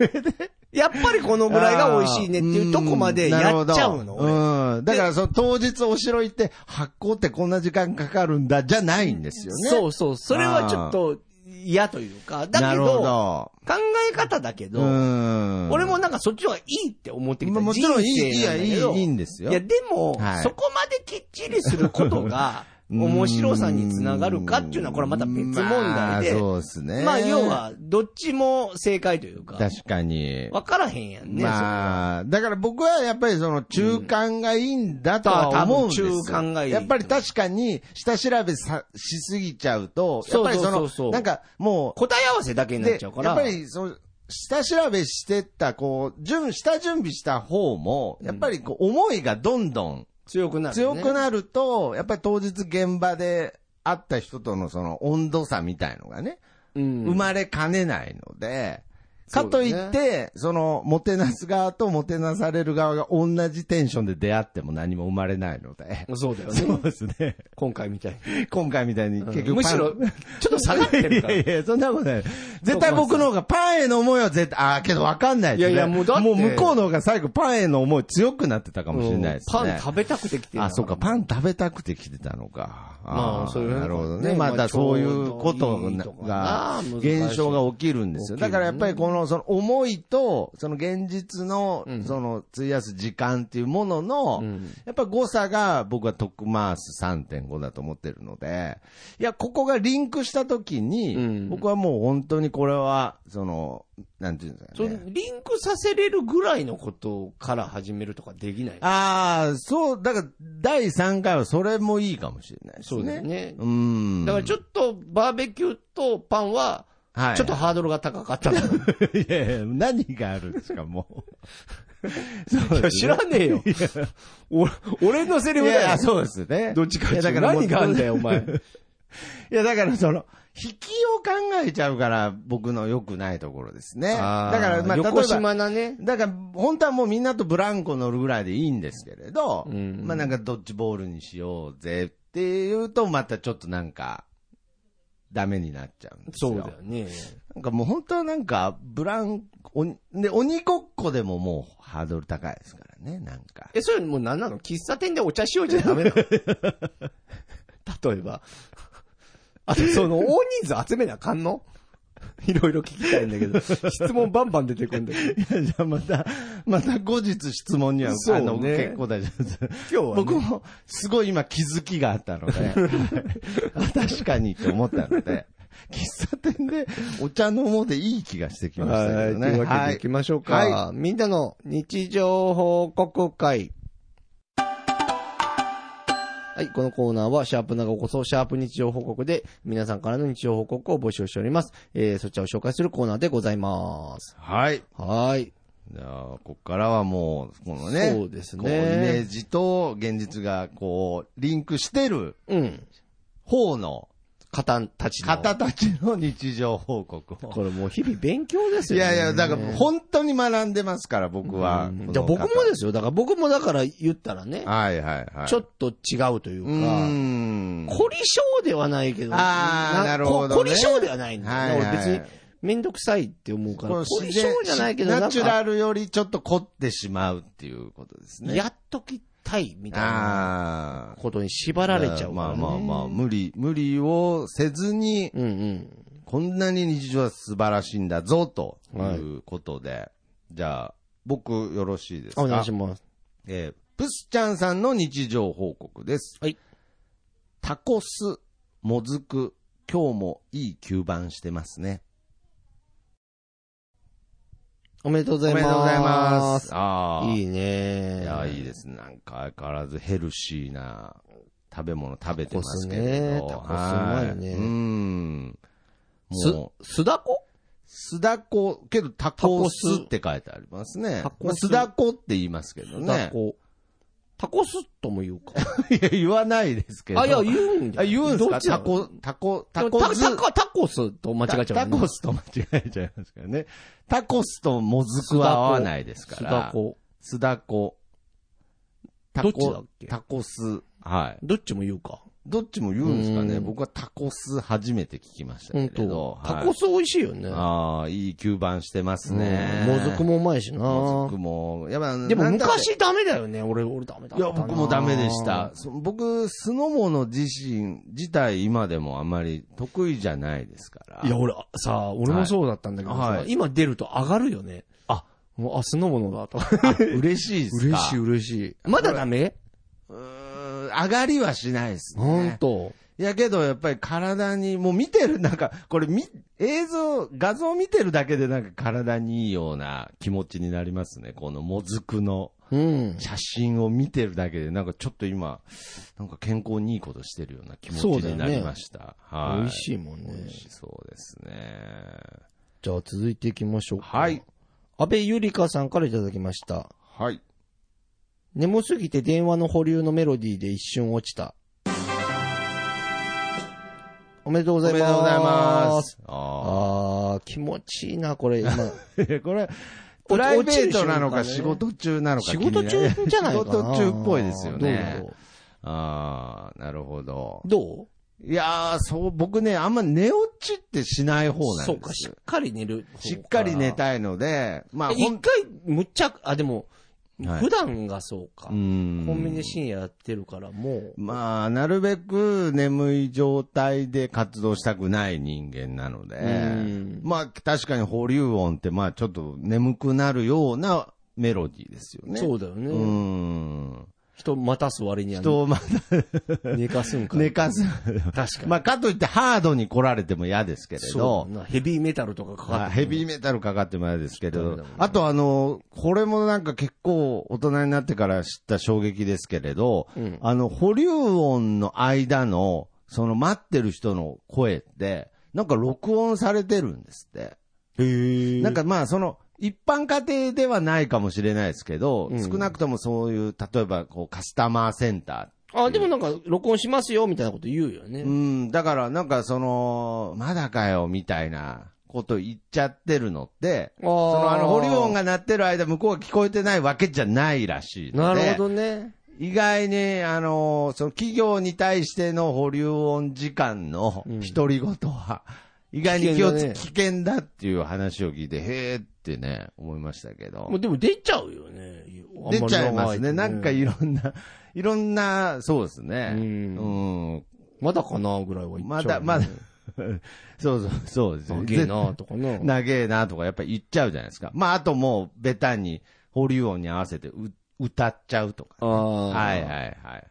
[SPEAKER 1] やっぱりこのぐらいが美味しいねっていうとこまでやっちゃうの。
[SPEAKER 2] あー
[SPEAKER 1] 俺
[SPEAKER 2] んうん。だから、その当日お城行って、発行ってこんな時間かかるんだ、じゃないんですよね。
[SPEAKER 1] そうそう、それはちょっと、嫌というか、だ
[SPEAKER 2] な
[SPEAKER 1] け
[SPEAKER 2] る
[SPEAKER 1] ど、
[SPEAKER 2] ほど。
[SPEAKER 1] 考え方だけど、
[SPEAKER 2] うん。
[SPEAKER 1] 俺もなんかそっちの方がいいって思ってき
[SPEAKER 2] ま
[SPEAKER 1] た。
[SPEAKER 2] あもちろんいい、
[SPEAKER 1] 人
[SPEAKER 2] い
[SPEAKER 1] 生
[SPEAKER 2] い
[SPEAKER 1] な
[SPEAKER 2] や、
[SPEAKER 1] んだ
[SPEAKER 2] いい、
[SPEAKER 1] け
[SPEAKER 2] い
[SPEAKER 1] ど
[SPEAKER 2] いんですよ。
[SPEAKER 1] いや、でも、
[SPEAKER 2] はい
[SPEAKER 1] そこまできっちりすることが、
[SPEAKER 2] <laughs> うん
[SPEAKER 1] 面白さにつながるかっていうのは、これはまた別問題で。
[SPEAKER 2] まあそうですね。
[SPEAKER 1] まあ、要、は、どっちも正解というか、
[SPEAKER 2] 確かに。
[SPEAKER 1] わからへんやんね。
[SPEAKER 2] まあ、だから僕はやっぱりその中間がいいんだとは思うんですよ。
[SPEAKER 1] うん多分中間がいい
[SPEAKER 2] やっぱり確かに下調べさしすぎちゃうと、やっぱりそ
[SPEAKER 1] そうそうそうそ
[SPEAKER 2] の、
[SPEAKER 1] う
[SPEAKER 2] なんかも
[SPEAKER 1] そ、
[SPEAKER 2] う
[SPEAKER 1] こ答え合わせだけになっ
[SPEAKER 2] で、
[SPEAKER 1] ちゃ
[SPEAKER 2] や
[SPEAKER 1] うから。
[SPEAKER 2] っぱり、その、下調べしてった、こう、準、下準備した方も、やっぱりこう、思いがどんどん
[SPEAKER 1] 強くなる、ね。
[SPEAKER 2] 強くなると、やっぱり当日現場で会った人とのその温度差みたいのがね、
[SPEAKER 1] うん。
[SPEAKER 2] 生まれかねないので、
[SPEAKER 1] そ
[SPEAKER 2] か
[SPEAKER 1] う
[SPEAKER 2] と
[SPEAKER 1] だね
[SPEAKER 2] いって、その、もてなす側ともてなされる側が同じテンションで出会っても何も生まれないので。
[SPEAKER 1] そうだよ
[SPEAKER 2] そ
[SPEAKER 1] ね
[SPEAKER 2] う。です
[SPEAKER 1] <laughs>
[SPEAKER 2] ね。
[SPEAKER 1] 今回みたいに。
[SPEAKER 2] 今回みたいに結局、
[SPEAKER 1] むしろ、ちょっと下がってるから。
[SPEAKER 2] いやいやいや、そんなことない。絶対僕の方がパンへの思いは絶対、ああ、けどわかんないですね。
[SPEAKER 1] いやいやもうだって
[SPEAKER 2] 向こうの方が最後パンへの思い強くなってたかもしれないですね。
[SPEAKER 1] うんパン食べたくてきてる
[SPEAKER 2] あ、そうか、パン食べたくて来てたのか。
[SPEAKER 1] まあ
[SPEAKER 2] ー
[SPEAKER 1] そういうね
[SPEAKER 2] なるほどね。
[SPEAKER 1] ね
[SPEAKER 2] まあ、
[SPEAKER 1] ま
[SPEAKER 2] だ
[SPEAKER 1] あ
[SPEAKER 2] からそういうこと
[SPEAKER 1] ちょうどいい
[SPEAKER 2] が
[SPEAKER 1] とかな難しい
[SPEAKER 2] 現象が起きるんですよ。
[SPEAKER 1] 起きるね
[SPEAKER 2] だからやっぱりこの、その思いと、その現実の
[SPEAKER 1] う、ん
[SPEAKER 2] その、費やす時間っていうものの
[SPEAKER 1] うん、
[SPEAKER 2] やっぱ誤差が僕はトクマース3.5だと思ってるので、いや、ここがリンクしたとき
[SPEAKER 1] う
[SPEAKER 2] に、
[SPEAKER 1] ん
[SPEAKER 2] 僕はもう本当にこれは、その、なんていうんですか
[SPEAKER 1] そ
[SPEAKER 2] ね
[SPEAKER 1] の。リンクさせれるぐらいのことから始めるとかできない。
[SPEAKER 2] ああ、そう、だから、第3回はそれもいいかもしれないですね。
[SPEAKER 1] そうだよね。
[SPEAKER 2] うん。
[SPEAKER 1] だからちょっとバーベキューとパンは、
[SPEAKER 2] はい
[SPEAKER 1] ちょっとハードルが高かった
[SPEAKER 2] <laughs>
[SPEAKER 1] な。い
[SPEAKER 2] いやいや、何があるんですか、も
[SPEAKER 1] <laughs>
[SPEAKER 2] う。そう
[SPEAKER 1] や知らねえよ。俺、俺のセリ
[SPEAKER 2] い
[SPEAKER 1] フ
[SPEAKER 2] やい
[SPEAKER 1] だ
[SPEAKER 2] や、
[SPEAKER 1] よ。
[SPEAKER 2] そうですね。
[SPEAKER 1] どっちかってい
[SPEAKER 2] や
[SPEAKER 1] うと
[SPEAKER 2] だらもう
[SPEAKER 1] 何があんだよ、お前。
[SPEAKER 2] いや、だからその、引きを考えちゃうから、僕の良くないところですね。だから、まあ、例え
[SPEAKER 1] 横
[SPEAKER 2] ば、
[SPEAKER 1] 島なね。
[SPEAKER 2] だから、本当はもうみんなとブランコ乗るぐらいでいいんですけれど、
[SPEAKER 1] うん
[SPEAKER 2] まあなんかドッジボールにしようぜっていうと、またちょっとなんか、ダメになっちゃうんですよ。
[SPEAKER 1] そうだよね。
[SPEAKER 2] なんかもう本当はなんか、ブラン、おにで、鬼ごっこでももうハードル高いですからね、なんか。
[SPEAKER 1] え、それもう何なの喫茶店でお茶しようじゃダ <laughs> メなの例えば。あと、その、大人数集めなあかん <laughs> のいろいろ聞きたいんだけど、質問バンバン出てくるんだけど、
[SPEAKER 2] いや、じゃあまた、また後日質問には、
[SPEAKER 1] そうね
[SPEAKER 2] あの、結構大丈夫です。
[SPEAKER 1] 今日は、ね、
[SPEAKER 2] 僕も、すごい今気づきがあったので、 <laughs> あ確かにって思ったので、喫茶店でお茶飲もうでいい気がしてきました
[SPEAKER 1] は
[SPEAKER 2] け
[SPEAKER 1] い、
[SPEAKER 2] ど
[SPEAKER 1] と
[SPEAKER 2] ね。
[SPEAKER 1] いうわけで行きましょうか。
[SPEAKER 2] はいは
[SPEAKER 1] みんなの日常報告会。はい、このコーナーは、シャープ長こそ、シャープ日常報告で、皆さんからの日常報告を募集しております。えー、そちらを紹介するコーナーでございます。
[SPEAKER 2] はい。
[SPEAKER 1] はい。
[SPEAKER 2] じゃあ、ここからはもう、このね、
[SPEAKER 1] そうですね
[SPEAKER 2] こうイメージと現実が、こう、リンクしてる
[SPEAKER 1] うん。
[SPEAKER 2] 方の、
[SPEAKER 1] 方たちの。
[SPEAKER 2] 方たちの日常報告を。
[SPEAKER 1] これもう日々勉強です
[SPEAKER 2] い
[SPEAKER 1] よ、
[SPEAKER 2] や
[SPEAKER 1] ね。
[SPEAKER 2] いや、だから本当に学んでますから、僕は。。
[SPEAKER 1] うんじゃあ僕もですすよ。だから僕もだから言ったらね、
[SPEAKER 2] はいはいはい。
[SPEAKER 1] ちょ
[SPEAKER 2] っ
[SPEAKER 1] っと違うという
[SPEAKER 2] と
[SPEAKER 1] か、
[SPEAKER 2] うーん。
[SPEAKER 1] 凝り性ではないけど、
[SPEAKER 2] あーなるほどね
[SPEAKER 1] こ凝り性ではないんだよね。
[SPEAKER 2] はいはい
[SPEAKER 1] 俺別に、めんどくさいって思うから、
[SPEAKER 2] こう
[SPEAKER 1] 凝り
[SPEAKER 2] 自
[SPEAKER 1] 性
[SPEAKER 2] 然
[SPEAKER 1] じゃないけど、な
[SPEAKER 2] ナ
[SPEAKER 1] ん
[SPEAKER 2] チュ
[SPEAKER 1] か、
[SPEAKER 2] ラルよりちょっと凝ってしまうっていうことですね。
[SPEAKER 1] やっときたいみたいな
[SPEAKER 2] ああ。
[SPEAKER 1] ことに縛られちゃうから、ね。
[SPEAKER 2] まあまあまあ、無理、無理をせずに、
[SPEAKER 1] うんうん。
[SPEAKER 2] こんなに日常は素晴らしいんだぞ、ということで。じゃあ、僕よろしいですか
[SPEAKER 1] お願いします。
[SPEAKER 2] えープスちゃんさんの日常報告です。
[SPEAKER 1] はい。
[SPEAKER 2] タコス、もずく、今日もいい吸盤してますね。
[SPEAKER 1] おめでとうご
[SPEAKER 2] お
[SPEAKER 1] ざいます。
[SPEAKER 2] す。ああ。
[SPEAKER 1] い
[SPEAKER 2] い
[SPEAKER 1] いね。
[SPEAKER 2] や、いいですね。なんか相変わらずヘルシーな食べ物食べてますけ
[SPEAKER 1] タ
[SPEAKER 2] れど。
[SPEAKER 1] コスねタコスうまいね
[SPEAKER 2] はうん。
[SPEAKER 1] す
[SPEAKER 2] も、
[SPEAKER 1] すだこ
[SPEAKER 2] う、すだこ、けどタコスって書いてありますね。
[SPEAKER 1] タコス
[SPEAKER 2] まあすだこって言いますけど
[SPEAKER 1] すだ
[SPEAKER 2] ね。
[SPEAKER 1] こ。タコスとも言うか。
[SPEAKER 2] <laughs> いや、言わないですけど。
[SPEAKER 1] あ、 <laughs> いや、言うんだ
[SPEAKER 2] あ、
[SPEAKER 1] よ。
[SPEAKER 2] 言うんです
[SPEAKER 1] ど
[SPEAKER 2] か
[SPEAKER 1] っちだ
[SPEAKER 2] タコ、タコ、
[SPEAKER 1] で
[SPEAKER 2] タ
[SPEAKER 1] も
[SPEAKER 2] コ
[SPEAKER 1] タ
[SPEAKER 2] ス。
[SPEAKER 1] タコ、タコスと間違えちゃう
[SPEAKER 2] タ
[SPEAKER 1] もんね、
[SPEAKER 2] コスと間違えちゃいますからね。タコスともずくは合わないですから。
[SPEAKER 1] すだ。こ。
[SPEAKER 2] すだこ。
[SPEAKER 1] どっちだっけ
[SPEAKER 2] タコス。はい。
[SPEAKER 1] どっちも言うか。
[SPEAKER 2] どっちも言うんですかね、
[SPEAKER 1] うん
[SPEAKER 2] 僕はタコス初めて聞きましたけ
[SPEAKER 1] 本
[SPEAKER 2] れ
[SPEAKER 1] 当
[SPEAKER 2] ど。。
[SPEAKER 1] タコ
[SPEAKER 2] ス、
[SPEAKER 1] ス美味しいよね。
[SPEAKER 2] ああ、いい吸盤してますね。
[SPEAKER 1] うんもずく。もうまいしな。
[SPEAKER 2] もずくも。やっぱ
[SPEAKER 1] でも
[SPEAKER 2] なんだかんだ
[SPEAKER 1] 昔ダメだよね。俺、俺ダメだっ
[SPEAKER 2] い
[SPEAKER 1] た
[SPEAKER 2] や、
[SPEAKER 1] な
[SPEAKER 2] 僕もダメでした。。そ僕、酢の物自身自体今でもあまり得意じゃないですから。
[SPEAKER 1] いや、俺、さ、俺もそうだったんだけどさ、
[SPEAKER 2] はい
[SPEAKER 1] 今出ると上がるよね。
[SPEAKER 2] あ、
[SPEAKER 1] もう、あ、酢の物だと。
[SPEAKER 2] 嬉しいです
[SPEAKER 1] 嬉
[SPEAKER 2] か
[SPEAKER 1] しい、。 <laughs> 嬉しい。まだダメ
[SPEAKER 2] うーん上がりはしないです
[SPEAKER 1] ほ
[SPEAKER 2] ね
[SPEAKER 1] ん。と。
[SPEAKER 2] いやけど、やっぱり体に、もう見てる、なんか、これみ、映像、画像見てるだけでなんか体にいいような気持ちになりますね。このもずくの
[SPEAKER 1] うん。
[SPEAKER 2] 写真を見てるだけで、なんかちょっと今、なんか健康にいいことしてるような気持ち
[SPEAKER 1] そうだよ
[SPEAKER 2] に
[SPEAKER 1] ね
[SPEAKER 2] なりました。はい。
[SPEAKER 1] 美味しいもんね
[SPEAKER 2] 美。味しそうですね。
[SPEAKER 1] じゃあ続いていきましょうか。
[SPEAKER 2] はい。。
[SPEAKER 1] 安倍ゆりかさんからいただきました。
[SPEAKER 2] はい。
[SPEAKER 1] 眠すぎて電話の保留のメロディーで一瞬落ちた。おめでとうご
[SPEAKER 2] お
[SPEAKER 1] ざい
[SPEAKER 2] め
[SPEAKER 1] ま。
[SPEAKER 2] ですとうございます。あ
[SPEAKER 1] あー、気持ちいいな、こ
[SPEAKER 2] <laughs>
[SPEAKER 1] れ。今、
[SPEAKER 2] ーこれ、プライベートなのか仕事中なのか
[SPEAKER 1] 仕
[SPEAKER 2] 気にな
[SPEAKER 1] 事
[SPEAKER 2] る
[SPEAKER 1] 中じゃないかな。
[SPEAKER 2] 仕事中っぽいですよね
[SPEAKER 1] どう。
[SPEAKER 2] ああ、なるほど。
[SPEAKER 1] どうどう
[SPEAKER 2] いやー、そう、僕ね、あんま寝落ちってしない方なんです。
[SPEAKER 1] そうか、しっかり寝る。
[SPEAKER 2] しっかり寝。たいので、まあ、
[SPEAKER 1] え
[SPEAKER 2] ほ
[SPEAKER 1] 一
[SPEAKER 2] ん、
[SPEAKER 1] 回、むっちゃ、あ、でも、
[SPEAKER 2] はい
[SPEAKER 1] 普段がそうか。
[SPEAKER 2] う
[SPEAKER 1] コ
[SPEAKER 2] ん
[SPEAKER 1] ンビニ深夜やってるから、もう。
[SPEAKER 2] まあ、なるべく眠い状態で活動したくない人間なので、
[SPEAKER 1] ん
[SPEAKER 2] まあ、確かに保留音って、まあ、ちょっと眠くなるようなメロディーですよね。
[SPEAKER 1] そううだよ
[SPEAKER 2] う
[SPEAKER 1] ね。
[SPEAKER 2] ん。
[SPEAKER 1] 人待たす割には
[SPEAKER 2] 人をまた
[SPEAKER 1] 寝かすん
[SPEAKER 2] <laughs>
[SPEAKER 1] か。
[SPEAKER 2] 寝
[SPEAKER 1] <laughs>
[SPEAKER 2] かす。
[SPEAKER 1] 確かに。
[SPEAKER 2] まあ、かといってハードに来られても嫌ですけれ
[SPEAKER 1] そ
[SPEAKER 2] ど
[SPEAKER 1] う、だなヘビーメタルとかかか
[SPEAKER 2] あ
[SPEAKER 1] って
[SPEAKER 2] ヘビーメタルかかってもあれですけ
[SPEAKER 1] ダメ
[SPEAKER 2] ど
[SPEAKER 1] だもんね、
[SPEAKER 2] あとあの、これもなんか結構大人になってから知った衝撃ですけれど、
[SPEAKER 1] うん
[SPEAKER 2] あの、保留音の間の、その待ってる人の声って、なんか録音されてるんですって。
[SPEAKER 1] へ
[SPEAKER 2] なん、かまあその、一般家庭ではないかもしれないですけど、
[SPEAKER 1] うん
[SPEAKER 2] 少なくともそういう、例えばこうカスタマーセンター
[SPEAKER 1] あ、でもなんか、録音しますよ、みたいなこと言うよね。
[SPEAKER 2] うん、だからなんかその、まだかよ、みたいなこと言っちゃってるのって、
[SPEAKER 1] あー
[SPEAKER 2] そのあの、保留音が鳴ってる間、向こうが聞こえてないわけじゃないらしい
[SPEAKER 1] な
[SPEAKER 2] ので。
[SPEAKER 1] るほどね。
[SPEAKER 2] 意外に、あの、その企業に対しての保留音時間の
[SPEAKER 1] うん
[SPEAKER 2] 独り言は、意外に気をつ、
[SPEAKER 1] 危
[SPEAKER 2] 危険だっていう話を聞いて、へーってね、思いましたけど
[SPEAKER 1] もう。でも出ちゃうよね。
[SPEAKER 2] 出ちゃいますね。なんか
[SPEAKER 1] い
[SPEAKER 2] いろんな、いろんな、そうですね。
[SPEAKER 1] うん
[SPEAKER 2] うん
[SPEAKER 1] まだかなぐらいは言っちゃうよね、
[SPEAKER 2] まだまだ <laughs> そうそう、そうで
[SPEAKER 1] 長
[SPEAKER 2] すね。
[SPEAKER 1] えなとかな。
[SPEAKER 2] 長え <laughs> なとかやっぱ言っちゃうじゃないですか。まあ、あともう、ベタに、保留音に合わせてう歌っちゃうとか。
[SPEAKER 1] ああ。
[SPEAKER 2] はいはいはいはい。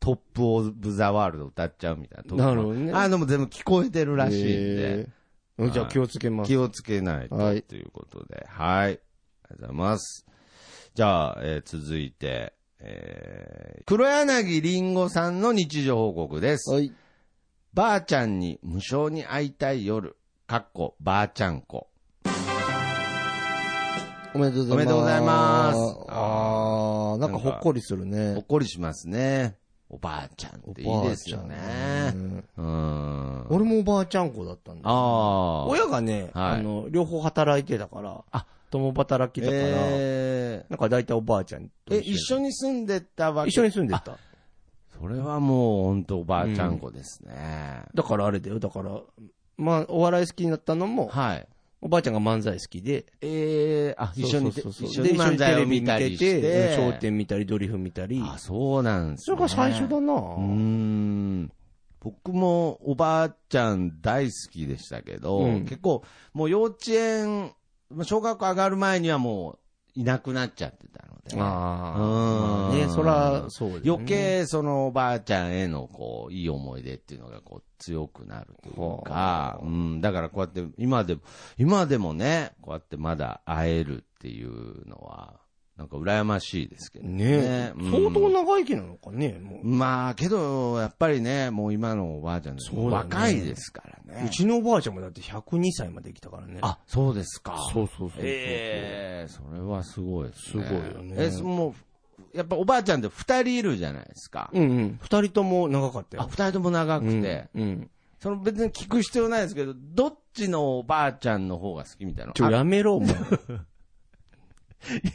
[SPEAKER 2] トップオブザワールド歌っちゃうみたいな。
[SPEAKER 1] なるほどね
[SPEAKER 2] ああ、でも全部聞こえてるらしいんで
[SPEAKER 1] へ、えうんじゃあ気をつけます。
[SPEAKER 2] 気をつけないと、
[SPEAKER 1] はい
[SPEAKER 2] ということで。はい。ありがとうございます。じゃあ、えー続いて、えー黒柳りんごさんの日常報告です。
[SPEAKER 1] はい。
[SPEAKER 2] ばあちゃんに無償に会いたい夜、かっこばあちゃん子。
[SPEAKER 1] おめでとうございます。
[SPEAKER 2] おめでとうございます
[SPEAKER 1] ああ、なんかほっこりする
[SPEAKER 2] ほっ
[SPEAKER 1] ね。
[SPEAKER 2] こりしますね。おばあちゃんっていいですよね
[SPEAKER 1] う。ん
[SPEAKER 2] うーん。
[SPEAKER 1] 俺もおばあちゃん子だったんだよ。
[SPEAKER 2] ああ。
[SPEAKER 1] 親がね、
[SPEAKER 2] は
[SPEAKER 1] あ
[SPEAKER 2] い
[SPEAKER 1] の、両方働いてたから、
[SPEAKER 2] あ
[SPEAKER 1] 共働きだから、
[SPEAKER 2] えー
[SPEAKER 1] なんか大体おばあちゃんと
[SPEAKER 2] え、一緒に住んでたわけ
[SPEAKER 1] 一緒に住んでた。
[SPEAKER 2] それはもう本当おばあちゃん子ですね。
[SPEAKER 1] だからあれだよ、だから、まあ、お笑い好きになったのも、
[SPEAKER 2] はい。
[SPEAKER 1] おばあちゃんが漫才好きで、
[SPEAKER 2] ええあ、一緒にて、
[SPEAKER 1] そうそう
[SPEAKER 2] 一
[SPEAKER 1] そ
[SPEAKER 2] 緒
[SPEAKER 1] うで
[SPEAKER 2] に漫才を見た
[SPEAKER 1] テレビ見
[SPEAKER 2] りして
[SPEAKER 1] て。て、うん笑点見たり、ドリフ見たり、
[SPEAKER 2] あ、そうなんです
[SPEAKER 1] そ
[SPEAKER 2] ね。
[SPEAKER 1] れが最初だな
[SPEAKER 2] うーん。僕もおばあちゃん大好きでしたけど、
[SPEAKER 1] うん
[SPEAKER 2] 結構もう幼稚園、まあ小学校上がる前にはもういなくなっちゃってたので、
[SPEAKER 1] ああ。
[SPEAKER 2] うん
[SPEAKER 1] ね、そら、そうだよね
[SPEAKER 2] 余計そのおばあちゃんへのこう、いい思い出っていうのがこう強くなるというか、うん、だからこうやって今でも、今でもね、こうやってまだ会えるっていうのは、なんか羨ましいですけど
[SPEAKER 1] ね
[SPEAKER 2] ね。うん
[SPEAKER 1] 相当長生きなのかね、もう。
[SPEAKER 2] まあ、けど、やっぱりね、もう今のおばあちゃんです、
[SPEAKER 1] そうだね
[SPEAKER 2] 若いですからね。
[SPEAKER 1] うちのおばあちゃんもだって102歳まで生きたからね。
[SPEAKER 2] あ、そうですか。
[SPEAKER 1] そうそうそうそう。
[SPEAKER 2] ええそれはすごいですね。
[SPEAKER 1] すごいよね
[SPEAKER 2] え、そもう、やっぱおばあちゃんって二人いるじゃないですか。
[SPEAKER 1] うんうん。二人とも長かった
[SPEAKER 2] あ、
[SPEAKER 1] よ。
[SPEAKER 2] 二人とも長くて、
[SPEAKER 1] うん。うん
[SPEAKER 2] その別に聞く必要ないですけど、どっちのおばあちゃんの方が好きみたいなの <laughs>
[SPEAKER 1] ちょ、
[SPEAKER 2] あ
[SPEAKER 1] やめろ、もう。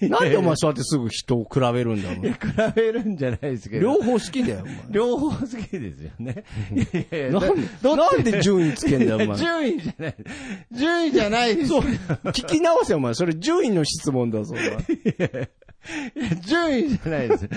[SPEAKER 1] なんでお前そうやってすぐ人を比べるんだ、お前。
[SPEAKER 2] 比べるんじゃないですけど。
[SPEAKER 1] 両方好きだよ、
[SPEAKER 2] <laughs> 両方好きですよね。いやいや
[SPEAKER 1] お前。なんで、なんで順位つけんだよ、
[SPEAKER 2] <laughs>
[SPEAKER 1] お
[SPEAKER 2] いや
[SPEAKER 1] 前。
[SPEAKER 2] 順位じゃない。順位じゃないです。
[SPEAKER 1] 聞き直せ、お前。それ順位の質問だぞ、お
[SPEAKER 2] いや順位じゃない
[SPEAKER 1] <laughs>
[SPEAKER 2] です。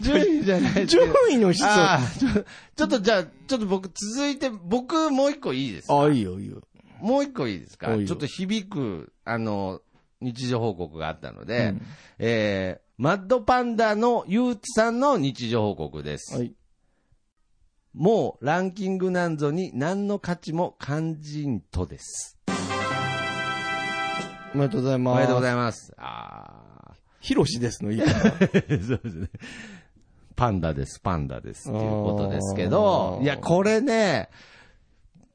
[SPEAKER 2] 順位じゃないで
[SPEAKER 1] 前。
[SPEAKER 2] す。
[SPEAKER 1] 順位の質問。あ
[SPEAKER 2] ああ、ちょちょっとじゃあ、ちょっと僕、続いて、僕、もう一個いいです。
[SPEAKER 1] あ、いいよ、いいよ。
[SPEAKER 2] もう一個いいですか
[SPEAKER 1] おいよ
[SPEAKER 2] ちょっと響く、あの、日常報告があったので、
[SPEAKER 1] うん
[SPEAKER 2] えー、マッドパンダのゆうつさんの日常報告です。
[SPEAKER 1] はい。
[SPEAKER 2] もうランキングなんぞに何の価値も肝心とです。
[SPEAKER 1] おめでとうございます。
[SPEAKER 2] おめでとうござ
[SPEAKER 1] いま
[SPEAKER 2] います。あ
[SPEAKER 1] す。ヒロシですの、いいから。
[SPEAKER 2] ーそうですね。パンダです、パンダです、っていうことですけど
[SPEAKER 1] あ、ー
[SPEAKER 2] いや、これね、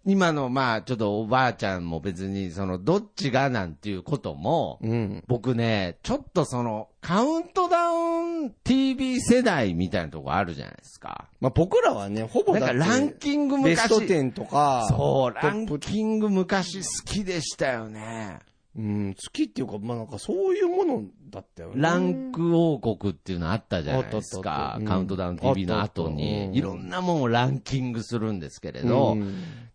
[SPEAKER 2] 今の、まあ、ちょっとおばあちゃんも別に、その、どっちがなん <laughs> ていうことも、
[SPEAKER 1] うん。
[SPEAKER 2] 僕ね、ちょっとその、カウントダウン TV 世代みたいなとこあるじゃないですか。
[SPEAKER 1] まあ、僕らはね、ほぼ
[SPEAKER 2] なん
[SPEAKER 1] だっ
[SPEAKER 2] か
[SPEAKER 1] て
[SPEAKER 2] ランキング
[SPEAKER 1] ベ
[SPEAKER 2] 昔。
[SPEAKER 1] スト10とか、
[SPEAKER 2] そう、
[SPEAKER 1] ト
[SPEAKER 2] ラ
[SPEAKER 1] ッ
[SPEAKER 2] ン
[SPEAKER 1] プ
[SPEAKER 2] キング昔好きでしたよね。
[SPEAKER 1] うん、好きっていうか、まあなんかそういうものだったよね。
[SPEAKER 2] ランク王国っていうのあったじゃないです
[SPEAKER 1] あったあったあ
[SPEAKER 2] か
[SPEAKER 1] っ。た
[SPEAKER 2] カウントダウン TV の後
[SPEAKER 1] あったあったうん
[SPEAKER 2] に、いろんなもんをランキングするんですけれ
[SPEAKER 1] の、
[SPEAKER 2] ど、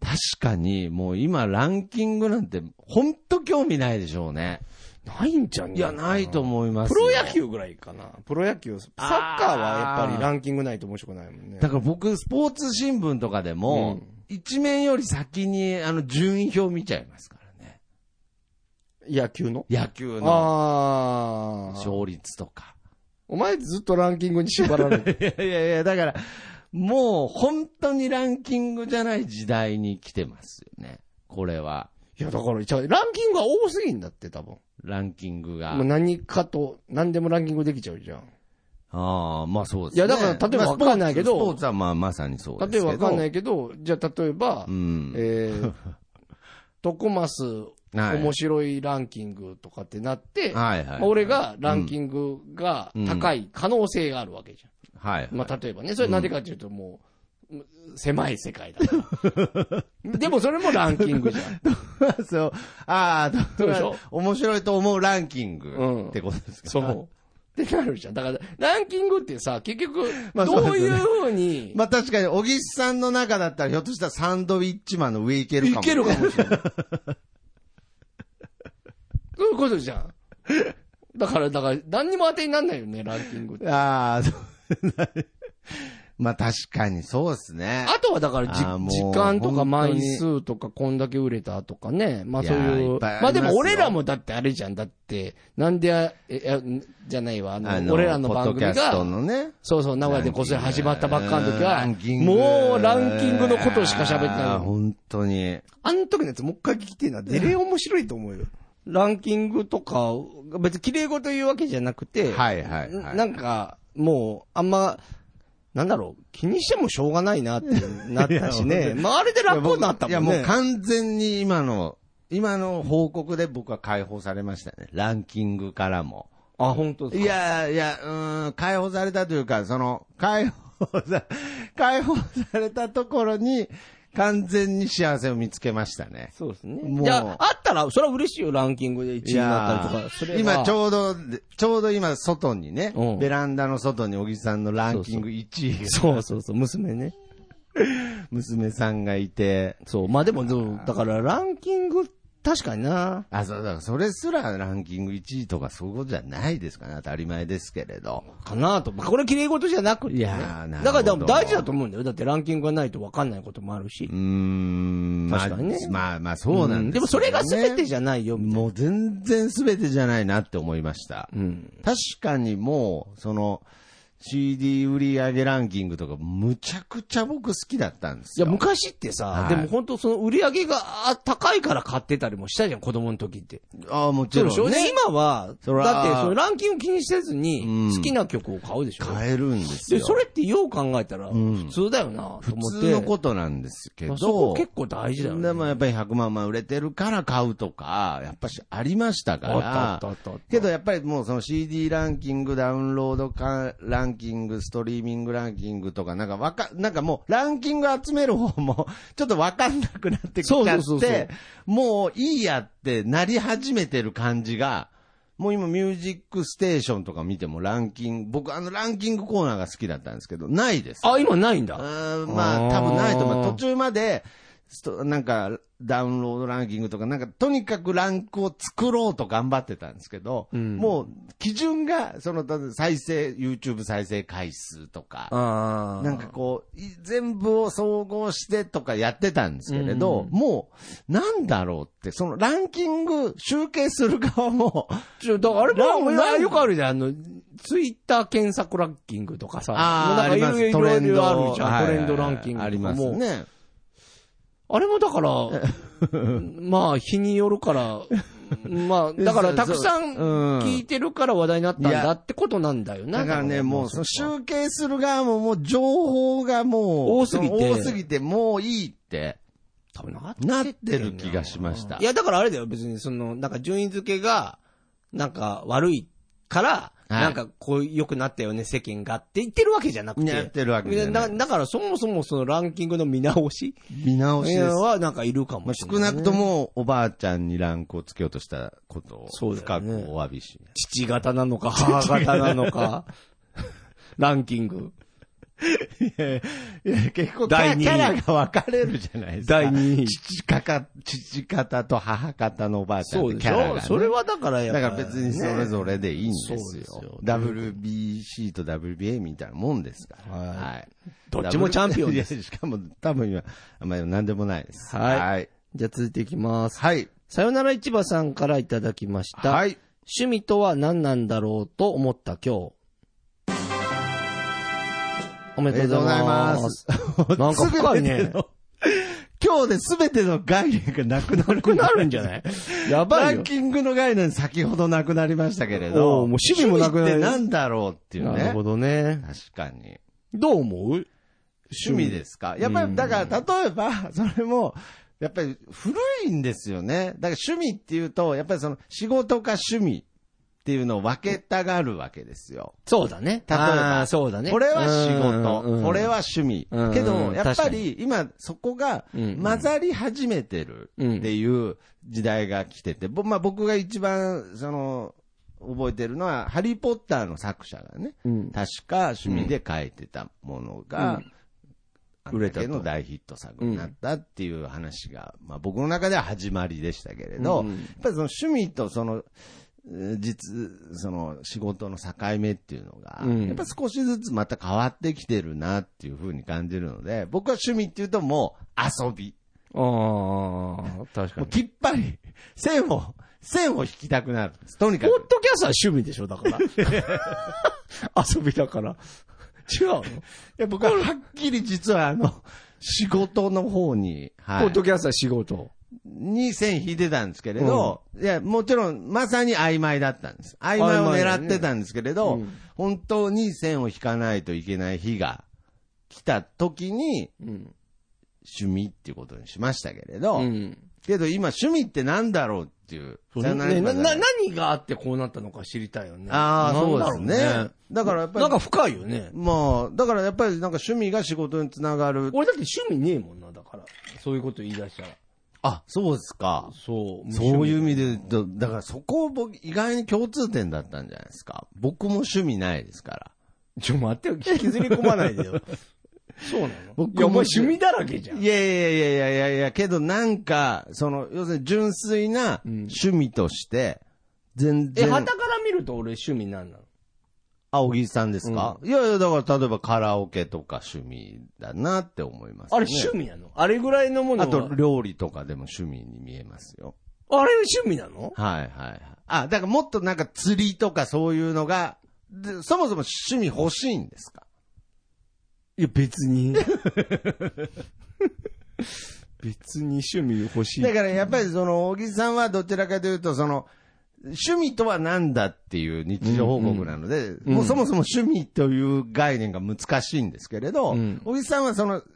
[SPEAKER 2] 確かにもう今ランキングなんて本当興味ないでしょうね。
[SPEAKER 1] ないんじゃね
[SPEAKER 2] いや、ないと
[SPEAKER 1] 思
[SPEAKER 2] 思います
[SPEAKER 1] プ
[SPEAKER 2] よ。
[SPEAKER 1] ロ野球ぐらいかな。プロ野球、サッカーはやっぱりランキングないと面白くないもんね。
[SPEAKER 2] だから僕、スポーツ新聞とかでも、一面より先に、あの、順位表見ちゃいますからね。
[SPEAKER 1] 野球の
[SPEAKER 2] 野球の
[SPEAKER 1] ああ。
[SPEAKER 2] 勝率
[SPEAKER 1] <laughs>
[SPEAKER 2] とか。
[SPEAKER 1] お前ずっとランキングに縛られて。
[SPEAKER 2] いやいやいや、だから、もう、本当にランキングじゃない時代に来てますよね。これは、
[SPEAKER 1] <laughs> いや、だから、じゃあランキングが多すぎんだって、多分。
[SPEAKER 2] ランキングが。
[SPEAKER 1] もう何かと、何でもランキングできちゃうじゃん。
[SPEAKER 2] ああ、まあそうですね。
[SPEAKER 1] いやだから例えば
[SPEAKER 2] まあ
[SPEAKER 1] わかんないけど
[SPEAKER 2] スポーツスポーツはまあまさにそうですけ
[SPEAKER 1] 例え
[SPEAKER 2] ど。。
[SPEAKER 1] ばわかんないいけど、じゃあ例えば、
[SPEAKER 2] うん。
[SPEAKER 1] え <laughs> ー、トコマス
[SPEAKER 2] はい
[SPEAKER 1] 面白いランキングとかってなって、
[SPEAKER 2] はいはい。
[SPEAKER 1] まあ俺がランキングが高い可能性があるわけじ
[SPEAKER 2] はいはい。
[SPEAKER 1] ゃん。まあ、例えばね、それなんでかっていうともう、狭い世界だから。 <laughs> でもそれもランキングじゃん。
[SPEAKER 2] そう。ああ、
[SPEAKER 1] そうでしょ
[SPEAKER 2] 面白いと思うランキングってことですか、
[SPEAKER 1] そう。ってなるじゃん。だから、ランキングってさ、結局、
[SPEAKER 2] まあ
[SPEAKER 1] どういう
[SPEAKER 2] そうです
[SPEAKER 1] ふうに、
[SPEAKER 2] まあ確かに、小木さんの中だったら、ひょっとしたらサンドウィッチマンの上いけるかも、
[SPEAKER 1] いけるかもしれない。そういうことじゃん。だから、だから、何にも当てになんないよね、ランキングって。
[SPEAKER 2] ああ、そう。 <laughs> まあ確かに、そうですね。
[SPEAKER 1] あとはだからじ
[SPEAKER 2] あーもう
[SPEAKER 1] 時間とか
[SPEAKER 2] 本当
[SPEAKER 1] 枚
[SPEAKER 2] に
[SPEAKER 1] 数とかこんだけ売れたとかね。まあ
[SPEAKER 2] い
[SPEAKER 1] そ
[SPEAKER 2] や
[SPEAKER 1] う
[SPEAKER 2] ー
[SPEAKER 1] い。
[SPEAKER 2] いうっぱいあり
[SPEAKER 1] まあ
[SPEAKER 2] ます
[SPEAKER 1] で
[SPEAKER 2] よ
[SPEAKER 1] も俺らもだってあれじゃん。だって、なんでや、え、やんじゃないわ。あの、
[SPEAKER 2] あの
[SPEAKER 1] 俺らの番
[SPEAKER 2] ポッ
[SPEAKER 1] 組
[SPEAKER 2] ドキャスト
[SPEAKER 1] が、
[SPEAKER 2] のね。
[SPEAKER 1] そうそう、名古屋でこっそり始まったばっかの時は、
[SPEAKER 2] ランキング
[SPEAKER 1] もうランキングのことしか喋ってない
[SPEAKER 2] あー
[SPEAKER 1] の。
[SPEAKER 2] 本当に。
[SPEAKER 1] あの時のやつもう一回聞きてえな。デレ面白いと思うよ。ランキングとか、別に綺麗事言うわけじゃなくて、
[SPEAKER 2] はいはいはい。
[SPEAKER 1] なんか、もう、あんま、なんだろう、気にしてもしょうがないなってなったしね。まあ、あれで楽になった
[SPEAKER 2] いや
[SPEAKER 1] もん
[SPEAKER 2] も
[SPEAKER 1] ね。
[SPEAKER 2] う完全に今の、今の報告で僕は解放されましたね。ランキングからも。
[SPEAKER 1] あ、本当
[SPEAKER 2] い
[SPEAKER 1] いや、
[SPEAKER 2] や、いや、うーん、解放されたというか、その、解放さ、解放されたところに、完全に幸せを見つけましたね。
[SPEAKER 1] そうですね。
[SPEAKER 2] もう
[SPEAKER 1] いや、あったら、それは嬉しいよ、ランキングで1位になったりとか。それは
[SPEAKER 2] 今ちょうど、ちょうど今外にね
[SPEAKER 1] う、ん
[SPEAKER 2] ベランダの外に小木さんのランキング1位、
[SPEAKER 1] そうそうそう、娘ね。
[SPEAKER 2] 娘さんがいて、
[SPEAKER 1] そう、まあでも、でもだから、ランキング、確かにな。
[SPEAKER 2] あ、そうだ、それすらランキング1位とかそういうことじゃないですからね、当たり前ですけれど。
[SPEAKER 1] かなと。まあこれ綺麗事じゃなくて、ね。
[SPEAKER 2] いやーなるほど
[SPEAKER 1] だから、でも大事だと思うんだよ。だってランキングがないと分かんないこともあるし
[SPEAKER 2] うー。ん、まあ
[SPEAKER 1] 確かにね
[SPEAKER 2] まあまあそうなん
[SPEAKER 1] うん
[SPEAKER 2] です
[SPEAKER 1] でもそれが全てじゃないよ、みたいな。
[SPEAKER 2] もう全然全てじゃないなって思いました。
[SPEAKER 1] うん。
[SPEAKER 2] 確かにもう、その、CD 売り上げランキングとか、むちゃくちゃ僕好きだったんで
[SPEAKER 1] い
[SPEAKER 2] す
[SPEAKER 1] や、
[SPEAKER 2] よ。
[SPEAKER 1] 昔ってさ、
[SPEAKER 2] はい
[SPEAKER 1] でも本当その売り上げがあ高いから買ってたりもしたじゃん、子供の時って。
[SPEAKER 2] ああ、も
[SPEAKER 1] そ
[SPEAKER 2] ち
[SPEAKER 1] う
[SPEAKER 2] ろ
[SPEAKER 1] でしょ、
[SPEAKER 2] んね。
[SPEAKER 1] で今は、
[SPEAKER 2] そら
[SPEAKER 1] だってそのランキング気にせず
[SPEAKER 2] う
[SPEAKER 1] に
[SPEAKER 2] ん
[SPEAKER 1] 好きな曲を買うでしょ、
[SPEAKER 2] 買えるんです
[SPEAKER 1] で、
[SPEAKER 2] よ。
[SPEAKER 1] それってよう考えたら
[SPEAKER 2] ん
[SPEAKER 1] 普通だよな、と思
[SPEAKER 2] 普
[SPEAKER 1] っ
[SPEAKER 2] 通
[SPEAKER 1] て。
[SPEAKER 2] のことなんですけ
[SPEAKER 1] まあ
[SPEAKER 2] ど。
[SPEAKER 1] そこ結構大事だよね。
[SPEAKER 2] でもやっぱり100万枚売れてるから買うとか、やっぱしありましたから。
[SPEAKER 1] あったあったあったあった
[SPEAKER 2] けどやっぱりもうその CD ランキング、ダウンロードかランキング、ストリーミングランキングとか、なんかわか、なんかもうランキング集める方もちょっとわかんなくなってきちゃ
[SPEAKER 1] そう
[SPEAKER 2] って、
[SPEAKER 1] そうそうそう
[SPEAKER 2] もういいやってなり始めてる感じが、もう今ミュージックステーションとか見てもランキング、僕あのランキングコーナーが好きだったんですけど、ないです。
[SPEAKER 1] あ、今ないん
[SPEAKER 2] あ
[SPEAKER 1] だ。
[SPEAKER 2] ーま
[SPEAKER 1] あー
[SPEAKER 2] あ多分ないと思う。途中まで、ストなんかダウンロードランキングとか、なんかとにかくランクを作ろうと頑張ってたんですけど、
[SPEAKER 1] うん
[SPEAKER 2] もう基準が、その、例えば再生、YouTube 再生回数とか、
[SPEAKER 1] あ
[SPEAKER 2] なんかこう、い全部を総合してとかやってたんですけれど、
[SPEAKER 1] うん
[SPEAKER 2] もう、なんだろうって、そのランキング集計する側も、
[SPEAKER 1] ちょ、だからあれも
[SPEAKER 2] なん
[SPEAKER 1] な
[SPEAKER 2] なん
[SPEAKER 1] よくあるじゃん。あの、ツイッター検索ランキングとかさ。
[SPEAKER 2] あり
[SPEAKER 1] なん
[SPEAKER 2] ま
[SPEAKER 1] かいろい
[SPEAKER 2] す、
[SPEAKER 1] ろ
[SPEAKER 2] トレン
[SPEAKER 1] いろい
[SPEAKER 2] ド。
[SPEAKER 1] ろあるじゃ
[SPEAKER 2] は
[SPEAKER 1] ん。
[SPEAKER 2] い
[SPEAKER 1] トレンドランキング。
[SPEAKER 2] あります。ね。
[SPEAKER 1] あれもだ
[SPEAKER 2] <laughs>
[SPEAKER 1] から、まあ、日によるから、まあ、だからたくさん
[SPEAKER 2] うん
[SPEAKER 1] 聞いてるから話題になったん
[SPEAKER 2] いや
[SPEAKER 1] だってことなんだよな。
[SPEAKER 2] だからね、もう、そ
[SPEAKER 1] そ
[SPEAKER 2] の
[SPEAKER 1] っか
[SPEAKER 2] 集計する側ももう情報がもう、
[SPEAKER 1] 多すぎて
[SPEAKER 2] その多すぎて、もういいって、
[SPEAKER 1] 多分な
[SPEAKER 2] なってる気がしました
[SPEAKER 1] い。や、だからあれだよ、別に、その、なんか順位付けが、なんか悪いから、
[SPEAKER 2] はい
[SPEAKER 1] なんかこう良くなったよね、世間がって言ってるわけじゃなくて。
[SPEAKER 2] やってるわけじゃな
[SPEAKER 1] だ
[SPEAKER 2] い。
[SPEAKER 1] だからそもそもそのランキングの見直し
[SPEAKER 2] 見直しです。
[SPEAKER 1] はなんかいるか
[SPEAKER 2] ま
[SPEAKER 1] も
[SPEAKER 2] あ
[SPEAKER 1] しれ
[SPEAKER 2] 少
[SPEAKER 1] ない、
[SPEAKER 2] なくとも、おばあちゃんにランクをつけようとしたことを、
[SPEAKER 1] そうだよ
[SPEAKER 2] 深
[SPEAKER 1] ね
[SPEAKER 2] くお詫びし、
[SPEAKER 1] 父型なのか母型なの <laughs> か、ランキング。
[SPEAKER 2] いや、結構、
[SPEAKER 1] 第二位
[SPEAKER 2] キャラが分かれるじゃないですか。
[SPEAKER 1] 第二位
[SPEAKER 2] 父方、父方と母方のおばあちゃん
[SPEAKER 1] そ
[SPEAKER 2] っ
[SPEAKER 1] うで
[SPEAKER 2] てキ
[SPEAKER 1] し
[SPEAKER 2] ャラ
[SPEAKER 1] ょ、
[SPEAKER 2] が、ね。
[SPEAKER 1] それはだからやっぱ
[SPEAKER 2] だから別にそれぞれでいいんですよ。
[SPEAKER 1] そうですよ
[SPEAKER 2] WBC と WBA みたいなもんですから。
[SPEAKER 1] はい
[SPEAKER 2] はい。。
[SPEAKER 1] どっちもチャンピオンです
[SPEAKER 2] しかも多分今、あんまり何でもないです。
[SPEAKER 1] はい
[SPEAKER 2] はい。
[SPEAKER 1] じゃあ続いていきます。
[SPEAKER 2] はい。
[SPEAKER 1] さよなら市場さんからいただきました。
[SPEAKER 2] はい。
[SPEAKER 1] 趣味とは何なんだろうと思った今日。お
[SPEAKER 2] あ
[SPEAKER 1] め
[SPEAKER 2] り
[SPEAKER 1] でと
[SPEAKER 2] が
[SPEAKER 1] う
[SPEAKER 2] とう
[SPEAKER 1] ご
[SPEAKER 2] ご
[SPEAKER 1] ざ
[SPEAKER 2] ざ
[SPEAKER 1] い
[SPEAKER 2] い
[SPEAKER 1] ま
[SPEAKER 2] ます
[SPEAKER 1] す。。なんか深いね
[SPEAKER 2] 全ての。 <laughs> 今日で全ての概念がなくなる。
[SPEAKER 1] くなるんじゃないやば
[SPEAKER 2] ラ
[SPEAKER 1] いよ
[SPEAKER 2] ン。キングの概念先ほどなくなりましたけれ
[SPEAKER 1] お
[SPEAKER 2] ど。
[SPEAKER 1] うもう趣味もなくなる
[SPEAKER 2] 趣味ってなんだろうっていう
[SPEAKER 1] なる
[SPEAKER 2] ね
[SPEAKER 1] ほ。どね。
[SPEAKER 2] 確かに。
[SPEAKER 1] どう思う
[SPEAKER 2] 趣味ですか。やっぱり、だから、例えば、 <laughs> それも、やっぱり古いんですよね。だから趣味っていうと、やっぱりその仕事か趣味っていうのを分けたがるわけですよ。
[SPEAKER 1] そうだね。
[SPEAKER 2] 例えば
[SPEAKER 1] あーそうだね。
[SPEAKER 2] これは仕
[SPEAKER 1] うんうん
[SPEAKER 2] 事、これは趣味
[SPEAKER 1] うんうん。
[SPEAKER 2] けど、やっ
[SPEAKER 1] 確
[SPEAKER 2] ぱ
[SPEAKER 1] かに
[SPEAKER 2] り今そこが
[SPEAKER 1] うん
[SPEAKER 2] 混ざり始めてるっていう時代が来てて、ぼまあ僕が一番、その、覚えてるのは、ハリーポッターの作者がね、
[SPEAKER 1] うん
[SPEAKER 2] 確か趣味で書いてたもの
[SPEAKER 1] う
[SPEAKER 2] が
[SPEAKER 1] ん、
[SPEAKER 2] 売れたの大ヒット作になったっていう話が、まあ僕の中では始まりでしたけれど、
[SPEAKER 1] うん
[SPEAKER 2] やっぱりその趣味とその、えー実、その仕事の境目っていうのが、
[SPEAKER 1] うん
[SPEAKER 2] やっぱ少しずつまた変わってきてるなっていう風に感じるので、僕は趣味っていうともう遊び。
[SPEAKER 1] ああ、確か
[SPEAKER 2] もう
[SPEAKER 1] に。
[SPEAKER 2] きっぱり、 <laughs> 線を、線を引きたくなるんです。とに
[SPEAKER 1] ポ
[SPEAKER 2] か
[SPEAKER 1] ッ
[SPEAKER 2] く。
[SPEAKER 1] ドキャストは趣味でしょ、だから。 <laughs> 遊びだから。違うの
[SPEAKER 2] いや僕ははっきり実はあの、仕事の方に、は
[SPEAKER 1] ポッドキャストは仕事。
[SPEAKER 2] に線引いてたんですけれど、いや、もちろん、まさに曖昧だったんです。曖昧を狙ってたんですけれど、
[SPEAKER 1] 曖昧だね
[SPEAKER 2] 本当に線を引かないといけない日が来た時に、
[SPEAKER 1] うん。
[SPEAKER 2] 趣味っていうことにしましたけれど、
[SPEAKER 1] うん。
[SPEAKER 2] けど今、趣味ってなんだろうっていう。
[SPEAKER 1] そう
[SPEAKER 2] じ
[SPEAKER 1] ね
[SPEAKER 2] ゃない
[SPEAKER 1] ねな、
[SPEAKER 2] ま
[SPEAKER 1] な
[SPEAKER 2] だ
[SPEAKER 1] 何があってこうなったのか知りたいよね。
[SPEAKER 2] ああ、そうです
[SPEAKER 1] なんだろう
[SPEAKER 2] ね。だからやっぱり、
[SPEAKER 1] なんか深いよね。
[SPEAKER 2] まあ、だからやっぱりなんか趣味が仕事につながる。
[SPEAKER 1] 俺だって趣味ねえもんな、だから。そういうこと言い出したら。
[SPEAKER 2] あ、そうですか。
[SPEAKER 1] そう。
[SPEAKER 2] そういう意味で言うと、だからそこを僕意外に共通点だったんじゃないですか。僕も趣味ないですから。
[SPEAKER 1] ちょ、待ってよ。引きずり込まないでよ。そうなの
[SPEAKER 2] 僕
[SPEAKER 1] いや、お前
[SPEAKER 2] も
[SPEAKER 1] 趣味だらけじゃん。
[SPEAKER 2] いやいやいやいやいやいや、けどなんか、その、要するに純粋な趣味として、全
[SPEAKER 1] え、
[SPEAKER 2] 然。
[SPEAKER 1] 旗から見ると俺趣味なんなの
[SPEAKER 2] あ、小木さんですか、いやいや、だから例えばカラオケとか趣味だなって思います、ね。
[SPEAKER 1] あれ趣味なのあれぐらいのものは
[SPEAKER 2] あと料理とかでも趣味に見えますよ。
[SPEAKER 1] あれ趣味なの
[SPEAKER 2] はいはいはい。あ、だからもっとなんか釣りとかそういうのが、でそもそも趣味欲しいんですか
[SPEAKER 1] いや、別 <laughs> に。別に趣味欲し
[SPEAKER 2] だからやっぱりその、小木さんはどちらかというと、その、趣味とは何だっていう日常報告なので、
[SPEAKER 1] ん
[SPEAKER 2] もうそもそも趣味という概念が難しいんですけれど、
[SPEAKER 1] うん
[SPEAKER 2] 小木さんはその、好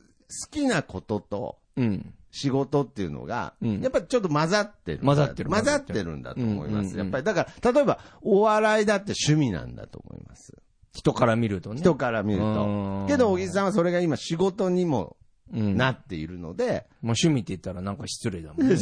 [SPEAKER 2] きなことと
[SPEAKER 1] うん。
[SPEAKER 2] 仕事っていうのが、
[SPEAKER 1] うん
[SPEAKER 2] やっぱりちょっと混ざってる。
[SPEAKER 1] 混ざってる
[SPEAKER 2] 混ざってるんだと思いま
[SPEAKER 1] うんうんうん
[SPEAKER 2] す。やっぱり、だから、例えば、お笑いだって趣味なんだと思います。
[SPEAKER 1] 人から見るとね。
[SPEAKER 2] 人から見る
[SPEAKER 1] うん
[SPEAKER 2] と。けど、小木さんはそれが今仕事にも
[SPEAKER 1] うん
[SPEAKER 2] なっているので、
[SPEAKER 1] まあ趣味って言ったらなんか失礼だ
[SPEAKER 2] <laughs>
[SPEAKER 1] もんね。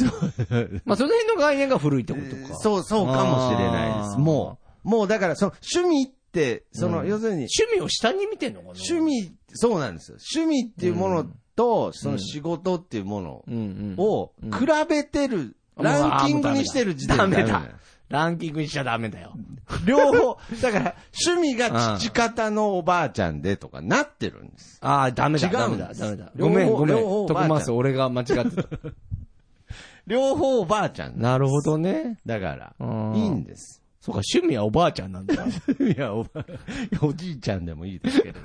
[SPEAKER 1] <laughs> まあその辺の概念が古いってことか。
[SPEAKER 2] そう、そうかもしれないで
[SPEAKER 1] あー
[SPEAKER 2] す。もう、もうだからその趣味って、その、
[SPEAKER 1] うん
[SPEAKER 2] 要するに、
[SPEAKER 1] 趣味を下に見てんのかな
[SPEAKER 2] 趣味、そうなんですよ。趣味っていうものと、その仕事っていうもの
[SPEAKER 1] うんうん。
[SPEAKER 2] を比べてる、
[SPEAKER 1] うん
[SPEAKER 2] ランキングにしてる時点で
[SPEAKER 1] ダメ
[SPEAKER 2] なの
[SPEAKER 1] だ
[SPEAKER 2] よ。
[SPEAKER 1] ランキングにしちゃダメだよ。
[SPEAKER 2] 両方、だから、趣味が父方のおばあちゃんでとかなってるんです。
[SPEAKER 1] ああ、ダメだ。
[SPEAKER 2] 違うん
[SPEAKER 1] ダメだ。
[SPEAKER 2] です
[SPEAKER 1] ダメだ。
[SPEAKER 2] 両
[SPEAKER 1] ご
[SPEAKER 2] 方
[SPEAKER 1] めん、ごめん。
[SPEAKER 2] 両方
[SPEAKER 1] 徳
[SPEAKER 2] ばあ
[SPEAKER 1] マ
[SPEAKER 2] ち
[SPEAKER 1] ス、
[SPEAKER 2] ゃん
[SPEAKER 1] 俺が間違っ
[SPEAKER 2] <laughs>
[SPEAKER 1] てた。
[SPEAKER 2] 両方おばあちゃんな。
[SPEAKER 1] なるほどね。
[SPEAKER 2] だから
[SPEAKER 1] う、ん
[SPEAKER 2] いいんです。
[SPEAKER 1] そうか、趣味はおばあちゃんなんだ。
[SPEAKER 2] <laughs> いや、おば、おじいちゃんでもいいですけれど。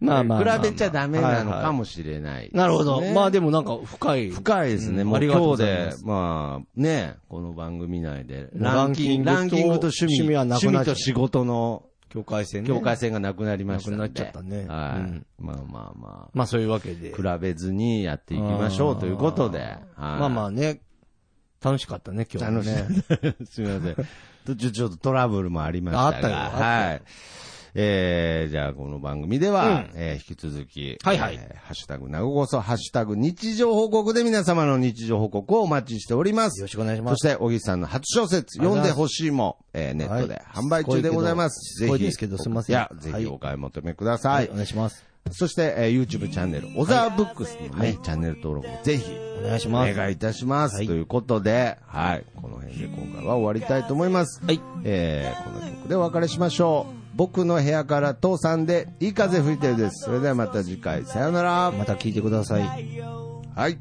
[SPEAKER 1] まあまあまあまあ。
[SPEAKER 2] <laughs> 比べちゃダメなの
[SPEAKER 1] はい
[SPEAKER 2] か
[SPEAKER 1] はい
[SPEAKER 2] もしれない。
[SPEAKER 1] なるほど。
[SPEAKER 2] ね
[SPEAKER 1] まあでもなんか深い。
[SPEAKER 2] 深いですね。
[SPEAKER 1] うん
[SPEAKER 2] も
[SPEAKER 1] あ
[SPEAKER 2] う
[SPEAKER 1] りがとう
[SPEAKER 2] 今
[SPEAKER 1] ご
[SPEAKER 2] 日
[SPEAKER 1] ざい
[SPEAKER 2] で
[SPEAKER 1] ま、す
[SPEAKER 2] まあね、この番組内で、
[SPEAKER 1] ラ
[SPEAKER 2] ラ
[SPEAKER 1] ン
[SPEAKER 2] ン
[SPEAKER 1] キ
[SPEAKER 2] キ
[SPEAKER 1] ン
[SPEAKER 2] ン
[SPEAKER 1] グ
[SPEAKER 2] グ、
[SPEAKER 1] と
[SPEAKER 2] ランキングと趣味、
[SPEAKER 1] 趣味はなくなっちゃう
[SPEAKER 2] 趣味と仕事の
[SPEAKER 1] 境界線ね。
[SPEAKER 2] 境界線がなくなりましたんで。
[SPEAKER 1] なくなっちゃったね
[SPEAKER 2] はい。
[SPEAKER 1] うん
[SPEAKER 2] まあまあま
[SPEAKER 1] まあそういうわけで。
[SPEAKER 2] あ、比べずにやっていきましょうということで。はい
[SPEAKER 1] まあまあね、楽しかったね、今日はね。
[SPEAKER 2] 楽 <laughs> すみません。途中ちょっとトラブルもありましたが。
[SPEAKER 1] あったよあったよ
[SPEAKER 2] はい。えー、じゃあこの番組では、えー引き続き、
[SPEAKER 1] はいはい
[SPEAKER 2] えーハッシュタグ、なごこそ、ハッシュタグ、日常報告で皆様の日常報告をお待ちしております。
[SPEAKER 1] よろしくお願いしま
[SPEAKER 2] そ
[SPEAKER 1] す
[SPEAKER 2] し。て、小木さんの初小説、
[SPEAKER 1] ありがとうん
[SPEAKER 2] 読
[SPEAKER 1] ござ
[SPEAKER 2] で
[SPEAKER 1] います
[SPEAKER 2] ほしいも、えーネットで
[SPEAKER 1] はい
[SPEAKER 2] 販売中でございます。
[SPEAKER 1] すごいけどすごい
[SPEAKER 2] ぜ
[SPEAKER 1] で
[SPEAKER 2] ひ、
[SPEAKER 1] すけどすいません
[SPEAKER 2] いや、ぜ
[SPEAKER 1] はい
[SPEAKER 2] ひお買い求めください。
[SPEAKER 1] お願いします。
[SPEAKER 2] そして、えー YouTube チャンネル、小沢ブックスのね、チャンネル登録もぜひ、
[SPEAKER 1] お願いし
[SPEAKER 2] お
[SPEAKER 1] ます。
[SPEAKER 2] 願いいたします。
[SPEAKER 1] はい
[SPEAKER 2] ということで、はい、この辺で今回は終わりたいと思います。はい。えー、この曲でお別れしましょう。僕の部屋から父さんで、いい風吹いてるです。それではまた次回、さよなら。
[SPEAKER 1] また聞いてください。
[SPEAKER 2] はい。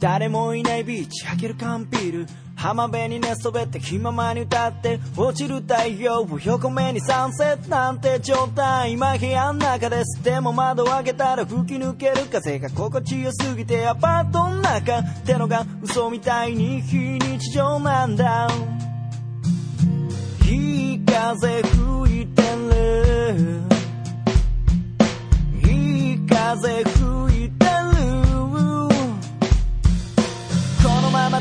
[SPEAKER 3] 誰もいないビーチ開ける缶ビール浜辺に寝そべって気ままに歌って落ちる太陽を横目にサンセットなんて状態今部屋の中ですでも窓を開けたら吹き抜ける風が心地よすぎてアパートの中ってのが嘘みたいに非日常なんだいい風吹いてるいい風吹いてるこのまま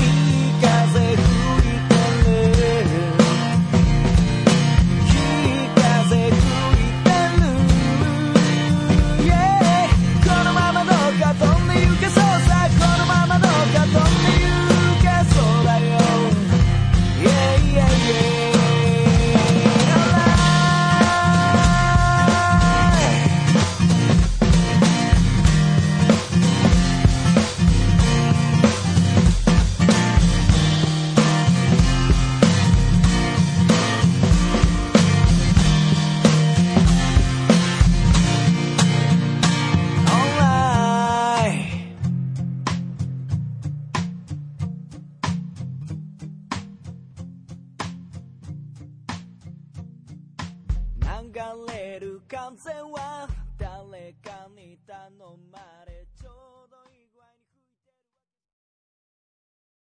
[SPEAKER 3] いい風吹いてるいい風吹いてる Yeah このままどうか飛んで行けそうさこのままどうか飛んで行けそうだよ Yeah, yeah, yeah. Alright. Alright.流れる風は誰かに頼まれ